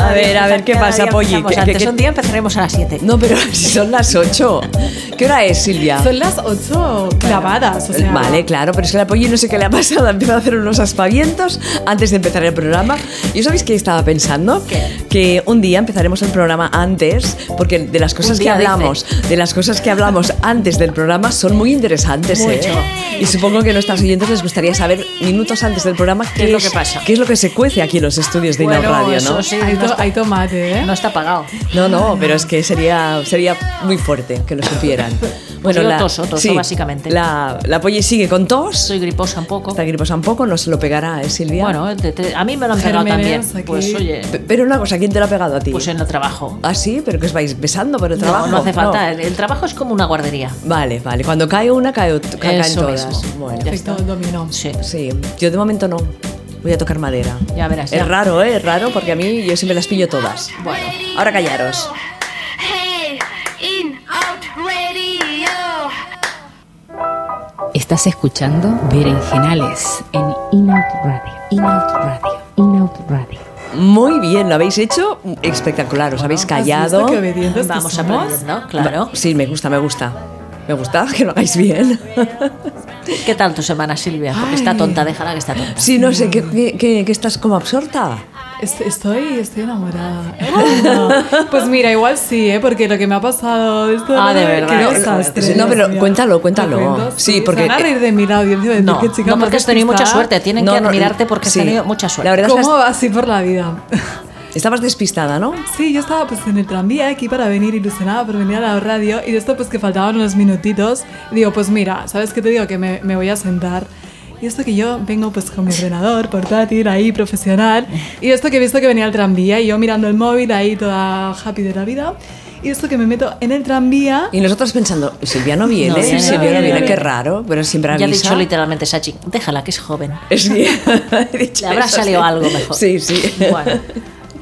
A ver, a ver qué Cada pasa, día Polly. empezamos ¿Qué- antes. qué- qué- Un día empezaremos a las 7. No, pero si son las 8. ¿Qué hora es, Silvia? Son las ocho clavadas, o sea. Vale, claro, pero es que la Polly no sé qué le ha pasado, ha empezado a hacer unos aspavientos antes de empezar el programa. ¿Y sabéis qué estaba pensando? Que un día empezaremos el programa antes, porque de las cosas que día, dice. hablamos, de las cosas que hablamos antes del programa son muy interesantes, ¿eh? Y supongo que a nuestros oyentes les gustaría saber minutos antes del programa qué, es lo que pasa? qué es lo que se cuece aquí en los estudios de Bueno, Inauradio, eso ¿no? sí, Hay, no to- está- hay tomate, ¿eh? no está pagado. No, no, pero es que sería, sería muy fuerte que lo supieran. yo toso, toso, básicamente. La, la Polly sigue con tos. Soy griposa un poco. Está griposa un poco, no se lo pegará, ¿eh, Silvia? Bueno, te- te- a mí me lo han pegado también. Gérmenes aquí. Pues oye, P- Pero una cosa, ¿quién te lo ha pegado a ti? pues en el trabajo. ¿Ah, sí? ¿Pero que os vais besando por el trabajo? No, no hace falta. eh. El, el trabajo es como una guardería. Vale, vale. Cuando cae una, cae, ot- ca- caen Eso todas. mismo. Bueno, Ya Efecto dominó. Sí. sí. Yo de momento no. Voy a tocar madera. Ya verás, Es ya. raro, ¿eh? Es raro porque a mí yo siempre las pillo todas. Bueno. Ahora callaros. Hey, in, out, radio. Estás escuchando Berenjenales en Inout Radio. Inout Radio. Inout Radio. Muy bien, lo habéis hecho espectacular. Os habéis callado. ¿Has visto qué obedientes que Vamos somos? aprendiendo, claro. Va- Oh, Sí, me gusta, me gusta. Me gusta que lo hagáis bien. ¿Qué tal tu semana, Silvia? Porque Ay. está tonta, déjala que está tonta. Sí, no sé, que, que- que- que estás como absorta. Es- Estoy, estoy enamorada. Ah, pues mira, igual sí, ¿eh? Porque lo que me ha pasado. Esto, Ah, de qué verdad. desastre, No, pero Dios mío. cuéntalo, cuéntalo. ¿Lo cuento? Sí, porque- Se van a reír de mi audio. No, no, porque has tenido mucha suerte. Tienen No, que no, admirarte porque sí. has tenido mucha La suerte. verdad es ¿Cómo que va así por la vida? has- estabas despistada, ¿no? Sí, yo estaba pues en el tranvía aquí para venir ilusionada por venir a la radio y de esto pues que faltaban unos minutitos. Y digo, pues mira, ¿sabes qué te digo? Que me, me voy a sentar. Y esto que yo vengo pues con mi ordenador portátil ahí, profesional. Y esto que he visto que venía el tranvía y yo mirando el móvil ahí toda happy de la vida. Y esto que me meto en el tranvía. Y nosotros pensando, Silvia no viene, No viene, Silvia no no viene, viene, no qué viene. raro, pero siempre Ya avisa. ha dicho literalmente Sachi, déjala que es joven. Es que- he dicho Le habrá eso, salido sí. algo mejor. Sí, sí. Bueno,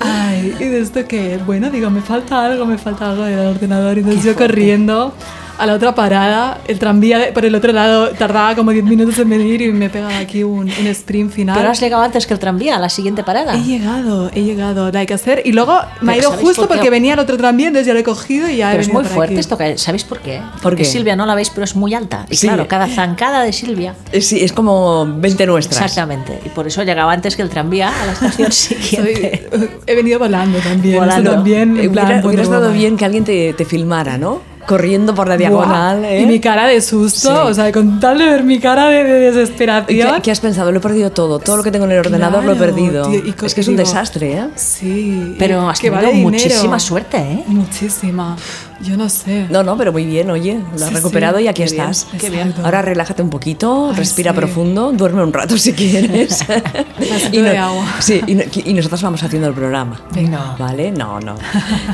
Ay, y de esto que, bueno, digo, me falta algo, me falta algo del ordenador. Y entonces yo corriendo a la otra parada, el tranvía de- por el otro lado tardaba como 10 minutos en venir y me pegaba aquí un, un sprint final. pero has llegado antes que el tranvía, a la siguiente parada. He llegado, he llegado, la hay que hacer. Y luego me ha Pero ido ¿sabéis justo por qué? porque venía el otro tranvía, entonces ya lo he cogido y ya he Pero es venido muy para fuerte aquí. esto que ¿sabéis por qué? ¿Por Porque qué? Silvia no la veis, pero es muy alta. Y Sí. claro, cada zancada de Silvia. Sí, es como 20 nuestras. Exactamente. Y por eso llegaba antes que el tranvía a la estación siguiente. Soy- he venido volando también. Volando. Volando. También, en Eh, hubiera- plan, hubieras Wonder dado Woman. bien que alguien te, te filmara, ¿no? Corriendo por la diagonal. Guau. ¿eh? Y mi cara de susto, Sí. o sea, con tal de ver mi cara de, de ¿Y desesperación. ¿Qué, qué has pensado? Lo he perdido todo. Todo lo que tengo en el ordenador lo he Claro, perdido. tío, y co- es que es un digo, desastre, ¿eh? Sí. Pero has que tenido vale dinero. muchísima suerte, ¿eh? Muchísima. Yo no sé. No, no, pero muy bien, oye. Lo has Sí, recuperado sí. y aquí Qué estás. bien, qué bien. Ahora relájate un poquito, Ay, respira sí. profundo, duerme un rato si quieres. vasito de agua. Sí, y, no- y nosotros vamos haciendo el programa. Venga. ¿Vale? No, no.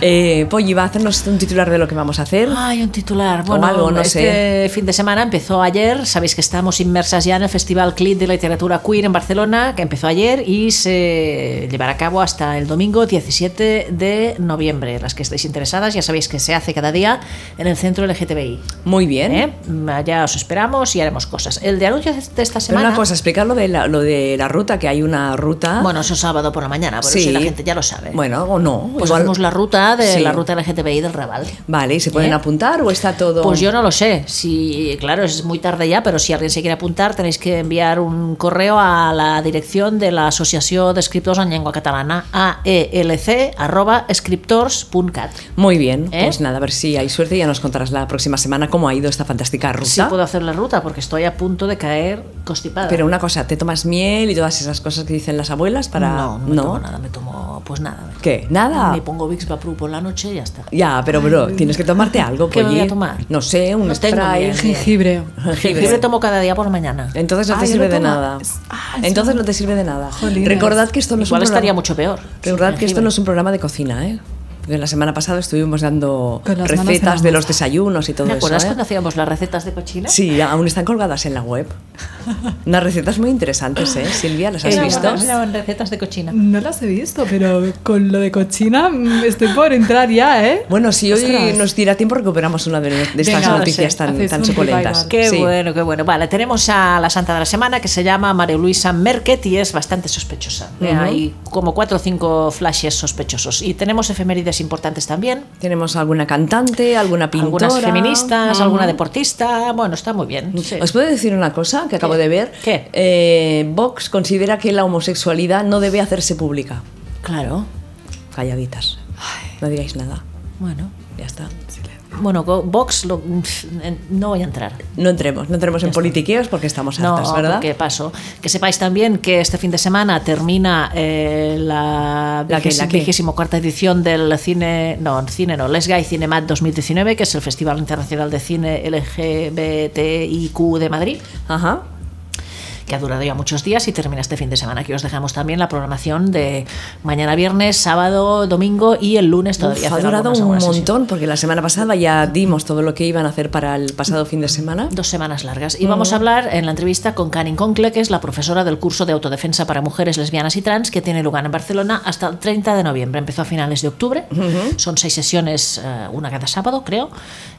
Eh, Polly, va a hacernos un titular de lo que vamos a hacer. Ay, un titular. Bueno, algo, no este fin de semana empezó ayer. Sabéis que estamos inmersas ya en el Festival CLIT de Literatura Queer en Barcelona, que empezó ayer y se llevará a cabo hasta el domingo 17 de noviembre. Las que estéis interesadas, ya sabéis que se hace cada día en el centro LGTBI. Muy bien. ¿eh? Allá os esperamos y haremos cosas. El de anuncios de esta Pero semana. una cosa, explicar lo de la, lo de la ruta, que hay una ruta. Bueno, eso es sábado por la mañana, por eso la gente ya lo sabe. Bueno, o no. pues igual- hacemos la ruta de Sí. la ruta LGTBI del Raval. Vale, ¿y se pueden ¿Eh? apuntar o está todo? Pues yo no lo sé. Si, claro, es muy tarde ya, pero si alguien se quiere apuntar, tenéis que enviar un correo a la dirección de la Asociación d'Escriptors en Llengua Catalana, E aelc.escriptors.cat. Muy bien, ¿Eh? pues nada, a ver si hay suerte y ya nos contarás la próxima semana cómo ha ido esta fantástica ruta. Sí puedo hacer la ruta porque estoy a punto de caer constipada. Pero una cosa, ¿te tomas miel y todas esas cosas que dicen las abuelas para...? Ah. No, no me tomo nada, me tomo pues nada. ¿Qué? ¿Nada? Me pongo Vicks Vaporub por la noche y ya está. Ya, pero bro, tienes que tomarte algo, ¿Qué me voy a Polly. tomar? No sé, un No tengo spray. miel. Jengibre. jengibre. Yo le tomo cada día por la mañana. Entonces no Ah, te yo sirve lo de tomo. nada. Es- ah, es Entonces verdad. no te sirve de nada. Jolines. Recordad que esto no es Igual un programa- estaría mucho peor. Recordad que esto no es un programa de cocina, ¿eh? Porque la semana pasada estuvimos dando Con las manos en recetas la de los masa. desayunos y todo ¿Te eso. acuerdas ¿eh? cuando hacíamos las recetas de cochina? Sí, aún están colgadas en la web. Unas recetas muy interesantes, ¿eh? Silvia, ¿las has Eran visto? buenas, eran recetas de cochina. No las he visto, pero con lo de cochina mm, estoy por entrar ya, ¿eh? Bueno, si hoy Ostras. nos dirá tiempo, recuperamos una de, de estas Venga, noticias sí, tan, hacéis tan un suculentas. revival. Qué Sí. bueno, qué bueno. Vale, tenemos a la santa de la semana que se llama María Luisa Merket y es bastante sospechosa. Eh, Ujú. Hay como cuatro o cinco flashes sospechosos. Y tenemos efemérides importantes también. Tenemos alguna cantante, alguna pintora. Algunas feministas, Ujú. alguna deportista. Bueno, está muy bien. ¿Os puedo decir una cosa que acabo ¿Qué? de ver? ¿Qué? Eh, Vox considera que la homosexualidad no debe hacerse pública. Claro. Calladitas. No digáis nada. Bueno. Ya está. Bueno, go- Vox lo- no voy a entrar. No entremos, no entremos en politiqueos porque estamos hartas, No, ¿verdad? porque paso. Que sepáis también que este fin de semana termina eh, la, ¿La qué, la qué? vigésimo cuarta edición del cine, no, cine no, Les Guy Cinemat 2019, que es el Festival Internacional de Cine LGBTIQ de Madrid, Ajá. que ha durado ya muchos días y termina este fin de semana. Aquí os dejamos también la programación de mañana viernes, sábado, domingo y el lunes todavía. Uf, ha hacen durado algunas- un algunas sesiones. montón porque la semana pasada ya dimos todo lo que iban a hacer para el pasado fin de semana. Dos semanas largas. Y vamos a hablar en la entrevista con Karin Concle, que es la profesora del curso de autodefensa para mujeres lesbianas y trans, que tiene lugar en Barcelona hasta el 30 de noviembre. Empezó a finales de octubre. Son seis sesiones, eh, una cada sábado, creo.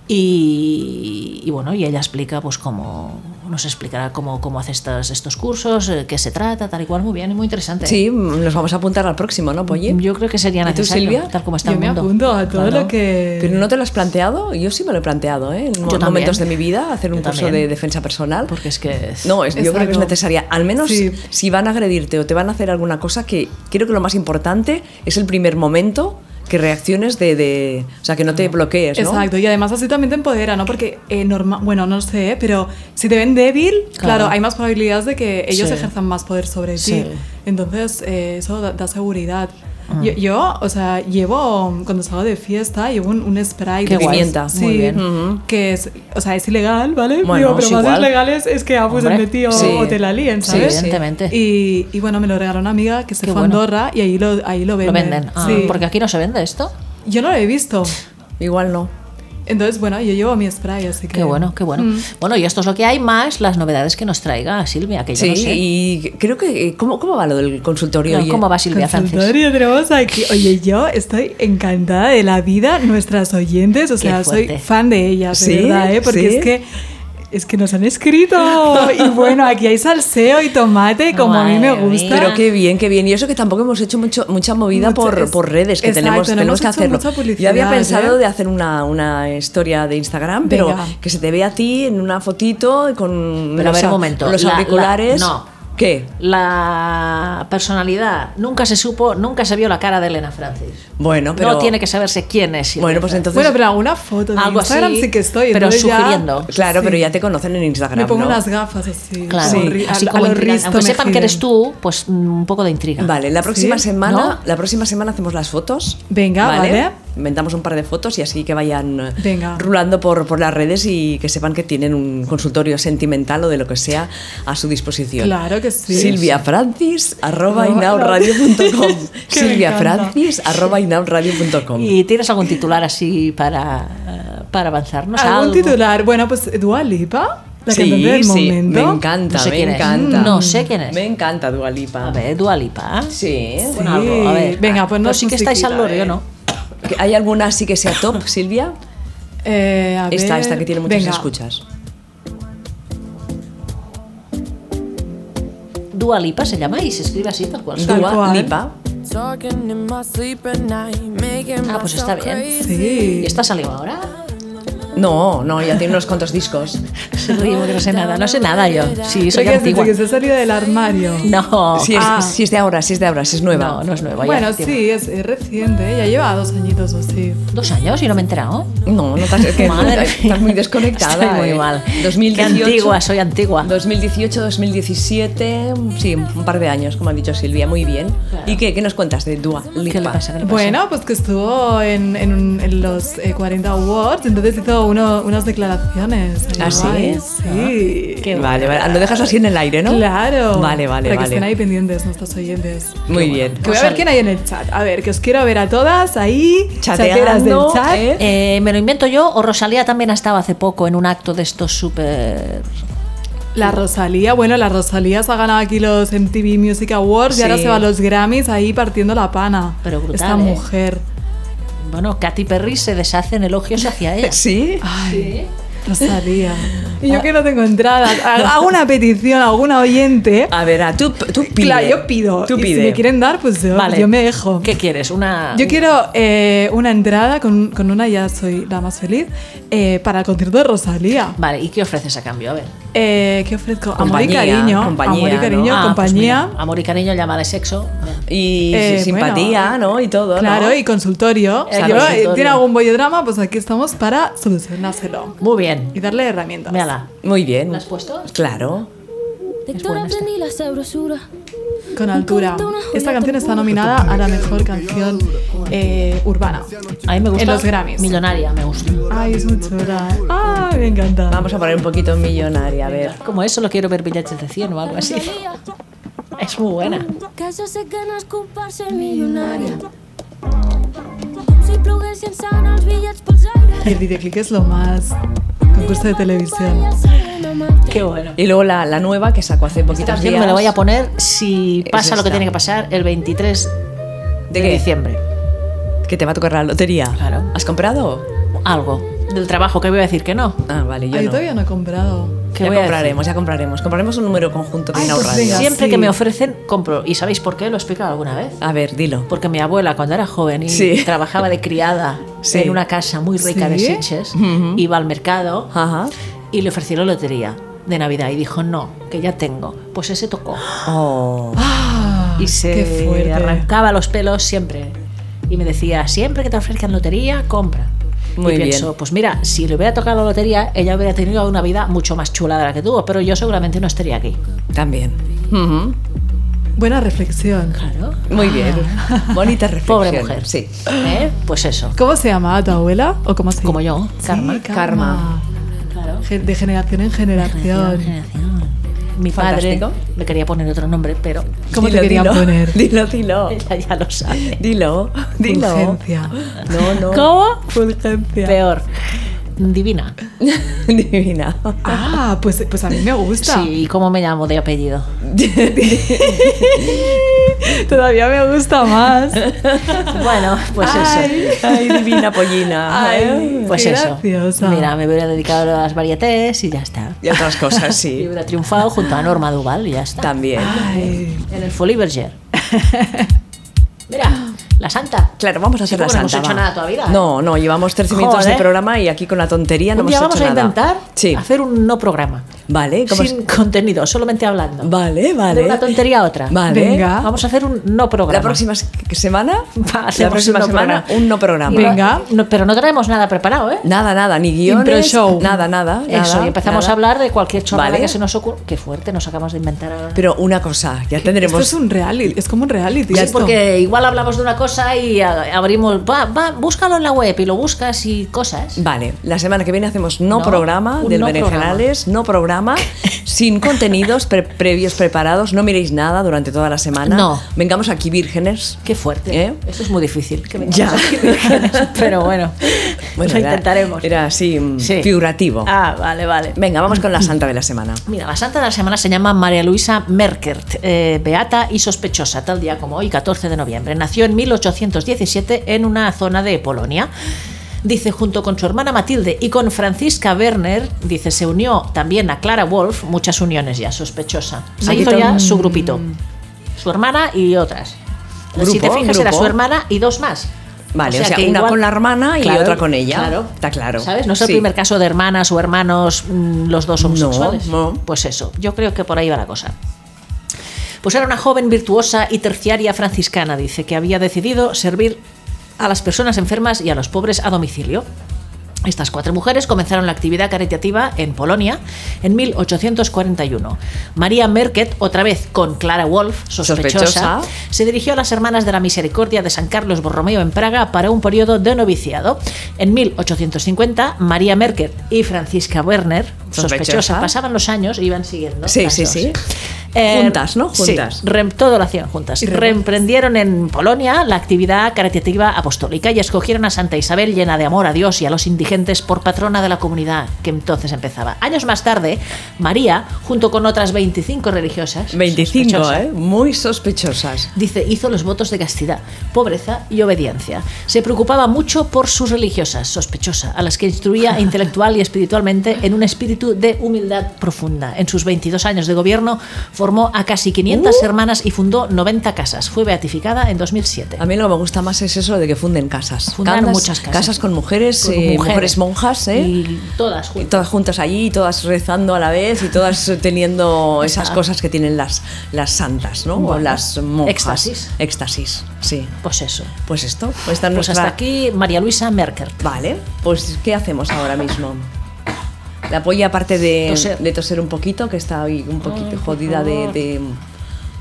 Y, y bueno, y ella explica, pues, cómo nos explicará cómo, cómo hace estos, estos cursos, eh, qué se trata, tal y cual. Muy bien, y muy interesante. Sí, nos vamos a apuntar al próximo, ¿no, Polly? Yo creo que sería ¿Y tú, necesario, Silvia? tal como está Yo el me mundo. apunto a todo Claro. lo que... ¿Pero no te lo has planteado? Yo sí me lo he planteado, ¿eh? En Yo también. momentos de mi vida, hacer un Yo curso también. de defensa personal. Porque es que... No, es- yo Es creo que es algo- necesaria. Al menos Sí. si van a agredirte o te van a hacer alguna cosa, que creo que lo más importante es el primer momento que reacciones de. de- o sea, que no te bloquees, ¿no? Exacto, y además así también te empodera, ¿no? Porque, eh, norma- bueno, no sé, ¿eh? pero si te ven débil, claro, Claro. hay más probabilidades de que ellos Sí. ejerzan más poder sobre Sí. Ah. ti. Entonces, eh, eso da, da seguridad. Yo, yo, o sea, llevo, cuando salgo de fiesta, llevo un, un spray Qué de guay. pimienta. Muy sí, bien. Que es, o sea, es ilegal, ¿vale? Bueno, Digo, pero es más igual. ilegal es, es que abusen Hombre, de ti o, sí. o te la líen, Sí, ¿sabes? evidentemente. Y, y bueno, me lo regaló una amiga que se Qué fue bueno. a Andorra y ahí lo, ahí lo Lo venden. venden. Ah, Sí. Porque aquí no se vende esto. Yo no lo he visto. Igual no. Entonces, bueno, yo llevo mi spray, así que. Mm. Qué bueno, qué bueno. Mm. Bueno, y esto es lo que hay más las novedades que nos traiga Silvia, que yo Sí, no sé. y creo que. ¿Cómo, cómo va lo del consultorio? No, oye? ¿Cómo va Silvia Francis? Consultorio tenemos aquí. Oye, yo estoy encantada de la vida, nuestras oyentes, o sea, soy fuerte. fan de ellas, de Sí, verdad, ¿eh? Porque sí. es que. Es que nos han escrito. Y bueno, aquí hay salseo y tomate, como a mí me Madre gusta. mía. Pero qué bien, qué bien. Y eso que tampoco hemos hecho mucho, mucha movida Mucho, por, es- por redes, que exacto, tenemos, no hemos tenemos que hecho hacerlo. mucha Yo publicidad, había pensado ¿eh? de hacer una, una historia de Instagram, pero Venga. que se te vea a ti en una fotito con Pero a los, ver, un a- momento, los la- la- auriculares. no. ¿Qué? La personalidad. Nunca se supo, nunca se vio la cara de Elena Francis. Bueno, pero. no tiene que saberse quién es Silvia Bueno, pues Francis. entonces. Bueno, pero alguna foto de Algo Instagram así, sí que estoy. pero entonces ya sugiriendo. Claro, sí. pero ya te conocen en Instagram. Me pongo ¿no? las gafas así. Claro, como ri- a- así a como lo intriga. Risto Aunque sepan Mejide. que eres tú, pues mm, un poco de intriga. Vale, la próxima Sí, semana, ¿no? la próxima semana hacemos las fotos. Venga, vale. Inventamos un par de fotos y así que vayan eh, Venga. rulando por, por las redes y que sepan que tienen un consultorio sentimental o de lo que sea a su disposición. Claro que sí. Silvia Francis arroba Arroba inauradio.com. Que me Silvia encanta. Francis arroba inauradio.com. ¿Y tienes algún titular así para, eh, para avanzarnos? ¿Algún Algo. titular? Bueno, pues Dua Lipa, la cantante del sí, momento. me encanta, No sé me quién es. encanta. No sé quién es. Me encanta Dualipa. A ver, Dualipa. Sí. Bueno, algo, a ver. Venga, Ah, ponnos pues sí que estáis al musiquita, loro, eh. yo no. ¿Hay alguna así que sea top, Silvia? Eh, a Esta, ver, esta que tiene muchas venga. escuchas. Dualipa se llama y se escribe así tal cual. Tal Dua cual. Lipa. Talking in my sleep at night, making Ah, pues está myself bien. crazy. Sí. ¿Y esta salió ahora? No, no, ya tiene unos cuantos discos. Se ríe porque no sé nada, no sé nada yo. Sí, soy Creo que, antigua. que se ha salido del armario. No, Si es, Ah. si es de ahora, si es de ahora, si es nueva. no, no es nueva. ya, Bueno, tiene sí, es, es reciente, ¿eh? ya lleva dos añitos o así. Dos años y no me he enterado. No, no estás, es que Madre estás muy mía. desconectada. Estoy muy eh. mal. 2018, Qué antigua, soy antigua. 2018, 2017, sí, un par de años, como ha dicho Silvia, muy bien. ¿Y qué, qué nos cuentas de Dua Lipa? pues ¿Qué le pasa? ¿Qué le pasa? Bueno, pues que estuvo en, en un- en los eh, 40 Awards, entonces hizo dado uno- unas declaraciones. en ¿Ah, sí? Hawaii. Sí. Qué vale, vale. Lo dejas así en el aire, ¿no? Claro. Vale, vale, Para que vale. estén ahí pendientes nuestros oyentes. Muy bien. Que voy a ver quién hay en el chat. A ver, que os quiero ver a todas ahí. chateras del Chateando, chat. ¿eh? Eh, me lo invento yo o Rosalía también ha estado hace poco en un acto de estos súper... La Rosalía, bueno, la Rosalía se ha ganado aquí los MTV Music Awards y ahora Sí. se va a los Grammys ahí partiendo la pana. Pero brutal, Esta ¿eh? mujer. Bueno, Katy Perry se deshace en elogios hacia ella. Eh, Sí. Ay, Rosalía. Y yo que no tengo entradas. Ha- Hago una petición a alguna oyente. A ver, a tú, tú Ah, pide. Claro, yo pido. Tú Y pide. si me quieren dar, pues yo, yo me dejo. ¿Qué quieres? Una... Yo quiero eh, una entrada, con, con una ya soy la más feliz, eh, para el concierto de Rosalía. Vale, ¿y qué ofreces a cambio? A ver. Eh, ¿Qué ofrezco? Compañía, amor y cariño. amor compañía, y ¿no? cariño, Ah, pues compañía. mira, amor y cariño, llama de sexo. Y Eh, simpatía, bueno. ¿no? Y todo, Claro, ¿no? y consultorio. Eh, Yo, eh, consultorio. ¿Tiene algún bollodrama? Pues aquí estamos para solucionárselo Muy bien. y darle herramientas. Mírala. Muy bien. ¿La has puesto? Claro. Lectora aprendí la sabrosura. Con altura. Esta canción está nominada a la mejor canción eh, urbana. A mí me gusta. En los Grammys. Millonaria, me gusta. Ay, es muy chula. ¿eh? Ay, me encanta. Vamos a poner un poquito millonaria, a ver. Como eso lo quiero ver billetes de 100 o algo así. Rosalía, Es muy buena. Casa se gana escopar-se milionària. Si ploguessin sant els bitllets pels aires, Y el videoclip es lo más. Concurso de televisión. ja sabem amb el temps. Qué bueno. Y luego la, la nueva que sacó hace poquitos Yo días. me la voy a poner si Es pasa lo que esta. tiene que pasar el 23 ¿De de, qué? diciembre. Que te va a tocar la lotería. Claro. ¿Has comprado? Algo. Del trabajo, que voy a decir que no. Ah, vale, yo Ay, no. todavía no he comprado. ¿Qué ya voy a compraremos, ya compraremos. Compraremos un número conjunto que Ay, Inau pues Radio. venga. Siempre sí. que me ofrecen, compro. ¿Y sabéis por qué? Lo he explicado alguna vez. A ver, dilo. Porque mi abuela, cuando era joven y Sí. trabajaba de criada Sí. en una casa muy rica de Sí. Sitges, iba al mercado Ajá. y le ofrecieron lotería de Navidad y dijo, no, que ya tengo. Pues ese tocó. Oh. Ah, y qué se fuerte. arrancaba los pelos siempre. Y me decía, siempre que te ofrezcan lotería, compra. Muy y pienso, bien. pues mira, si le hubiera tocado la lotería, ella hubiera tenido una vida mucho más chula de la que tuvo, pero yo seguramente no estaría aquí. También. Ujú. Buena reflexión. Claro. Muy bien. Bonita reflexión. Ah. Pobre mujer. Sí. ¿Eh? Pues eso. ¿Cómo se llamaba tu abuela? ¿O cómo se Como yo, Sí, Karma. Karma. Claro. Gen- De generación en generación. Mi padre Fantástico. le quería poner otro nombre, pero ¿Cómo Dilo, te querían dilo. poner? Dilo, dilo. ella ya lo sabe. Dilo. Dilo. Fulgencia. No, no. ¿Cómo? Fulgencia. Peor. Divina. Divina. Ah, pues, pues a mí me gusta. Sí, ¿y cómo me llamo de apellido? Todavía me gusta más. Bueno, pues eso. Ay, Ay, divina pollina. Ay. ¿eh? Pues Qué eso. graciosa. Mira, me hubiera dedicado a las varietés y ya está. Y otras cosas, Y sí. hubiera triunfado junto a Norma Duval y ya está. También. ay. En el Folie Berger. Mira, la santa. Claro, vamos a Sí, hacer la porque no hemos santa. hecho va. nada todavía, ¿eh? No, no, llevamos 13 minutos de Joder. programa y aquí con la tontería no Un hemos día hecho vamos a nada. intentar Sí. hacer un no programa. Vale, ¿cómo Sin contenido, solamente hablando. Vale, vale. De una tontería a otra. Vale. Venga. Vamos a hacer un no programa. La próxima s- semana, Hacemos la próxima un no semana, programa. un no programa. Y no- Venga. no- pero no traemos nada preparado, ¿eh? Nada, nada, ni guiones, Impro-show. nada, nada. Eso, nada, y empezamos nada. a hablar de cualquier chorrada Vale. que se nos ocurra. Qué fuerte, nos acabamos de inventar ahora. Pero una cosa, ya Esto tendremos. es un reality, es como un reality. Sí, esto. porque igual hablamos de una cosa y a- abrimos, va, va, búscalo en la web y lo buscas y cosas. Vale, la semana que viene hacemos no, No, programa un del no Berenjenales, no programa, sin contenidos pre- previos preparados, no miréis nada durante toda la semana. No. Vengamos aquí vírgenes. Qué fuerte. ¿Eh? Eso es muy difícil. que vengamos Ya. aquí vírgenes, Pero bueno, lo era- intentaremos. Era así, mm, Sí. figurativo. Ah, vale, vale. Venga, vamos con la santa de la semana. Mira, la santa de la semana se llama María Luisa Merkert, eh, beata y sospechosa, tal día como hoy, 14 de noviembre. Nació en 1817 en una zona de Polonia. Dice, junto con su hermana Matilde y con Francisca Werner, dice, se unió también a Clara Wolf, muchas uniones ya, sospechosa. Se Aquí hizo todo- ya su grupito, su hermana y otras. si te Grupo, fijas, era grupo. su hermana y dos más. Vale, o sea, una con la hermana y otra con ella. Está claro. ¿Sabes? No es el Sí. primer caso de hermanas o hermanos, mm, los dos homosexuales. no. Pues eso, yo creo que por ahí va la cosa. Pues era una joven virtuosa y terciaria franciscana, dice, que había decidido servir a las personas enfermas y a los pobres a domicilio. Estas cuatro mujeres comenzaron la actividad caritativa en Polonia en 1841. María Merket, otra vez con Clara Wolf, sospechosa, Sospechosa. se dirigió a las Hermanas de la Misericordia de San Carlos Borromeo en Praga para un periodo de noviciado. En 1850, María Merket y Francisca Werner, sospechosa, Sospechosa. pasaban los años y iban siguiendo. Sí, las sí, dos, Eh, sí. Juntas, ¿no? sí, Juntas. rem- todo lo hacían juntas. Y rebeldes. Reemprendieron en Polonia la actividad caritativa apostólica y escogieron a Santa Isabel llena de amor a Dios y a los indigentes por patrona de la comunidad que entonces empezaba. Años más tarde, María, junto con otras 25 religiosas, 25, sospechosas, ¿eh? Muy sospechosas. Dice, hizo los votos de castidad, pobreza y obediencia. Se preocupaba mucho por sus religiosas, sospechosa, a las que instruía intelectual y espiritualmente en un espíritu de humildad profunda. En sus 22 años de gobierno formó a casi 500 Uh. hermanas y fundó 90 casas. Fue beatificada en 2007. A mí lo que me gusta más es eso de que funden casas. Fundan muchas casas. Casas con mujeres, Con eh, mujeres. mujeres. monjas, ¿eh? Y todas Y juntas. todas juntas allí, y todas rezando a la vez y todas eh, teniendo esas cosas que tienen las, las santas, ¿no? Bueno, o las monjas. éxtasis. Éxtasis, sí. Pues eso. Pues esto, pues esta Pues nuestra- hasta aquí María Luisa Merker. Vale, pues ¿qué hacemos ahora mismo? La polla, aparte de Toser. toser, de toser un poquito, que está hoy un poquito jodida de, de,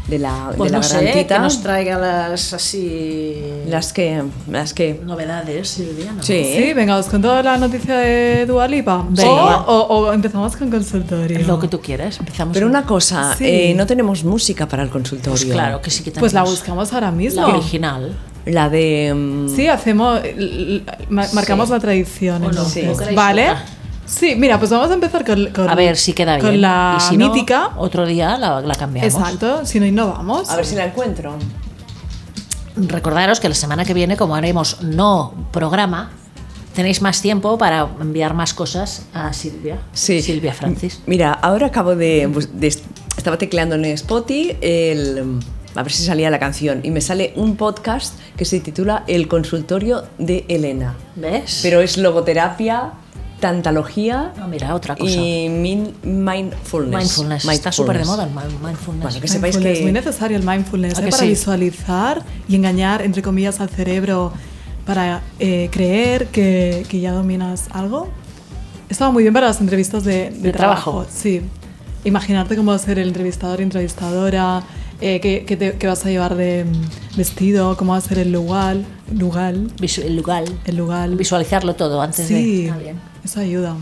de la, Pues de no la sé, que gargantita. nos traiga las así Las que. Las que. novedades, Silvia, ¿no? Sí. Sí, venga, os cuento la noticia de Dualipa. Venga. O, o- o empezamos con consultorio. Lo que tú quieras. Empezamos. Pero una cosa, Sí. eh, no tenemos música para el consultorio. Pues claro que sí que Pues la tenemos. buscamos ahora mismo. La original. La de. mm, Sí, hacemos, l- l- ma- marcamos la tradición. O no, entonces, ¿o queréis ¿Vale? otra? Sí, mira, pues vamos a empezar con, con- A ver si queda bien. con la Y si no, mítica. otro día la, la cambiamos. Exacto, si no innovamos. A ver si la encuentro. Recordaros que la semana que viene, como haremos no programa, tenéis más tiempo para enviar más cosas a Silvia. Sí. Silvia Francis. Mira, ahora acabo de, bus- de- Estaba tecleando en Spotify el. A ver si salía la canción. Y me sale un podcast que se titula El consultorio de Elena. ¿Ves? Pero es logoterapia, tantalogía Ah, mira, otra cosa. y min- mindfulness. mindfulness. Está súper de moda el mi- Bueno, que mindfulness. sepáis Mindfulness, que. muy necesario el mindfulness ¿A ¿eh? que para sí? visualizar y engañar, entre comillas, al cerebro para eh, creer que, que ya dominas algo. Estaba muy bien para las entrevistas de, de De trabajo. Sí. Imaginarte cómo va a ser el entrevistador, entrevistadora, eh, qué, qué te- qué vas a llevar de mm, vestido, cómo va a ser el lugar, lugar, Visu- El lugar. el lugar. Visualizarlo todo antes Sí, de. Ah, bien. eso ayuda.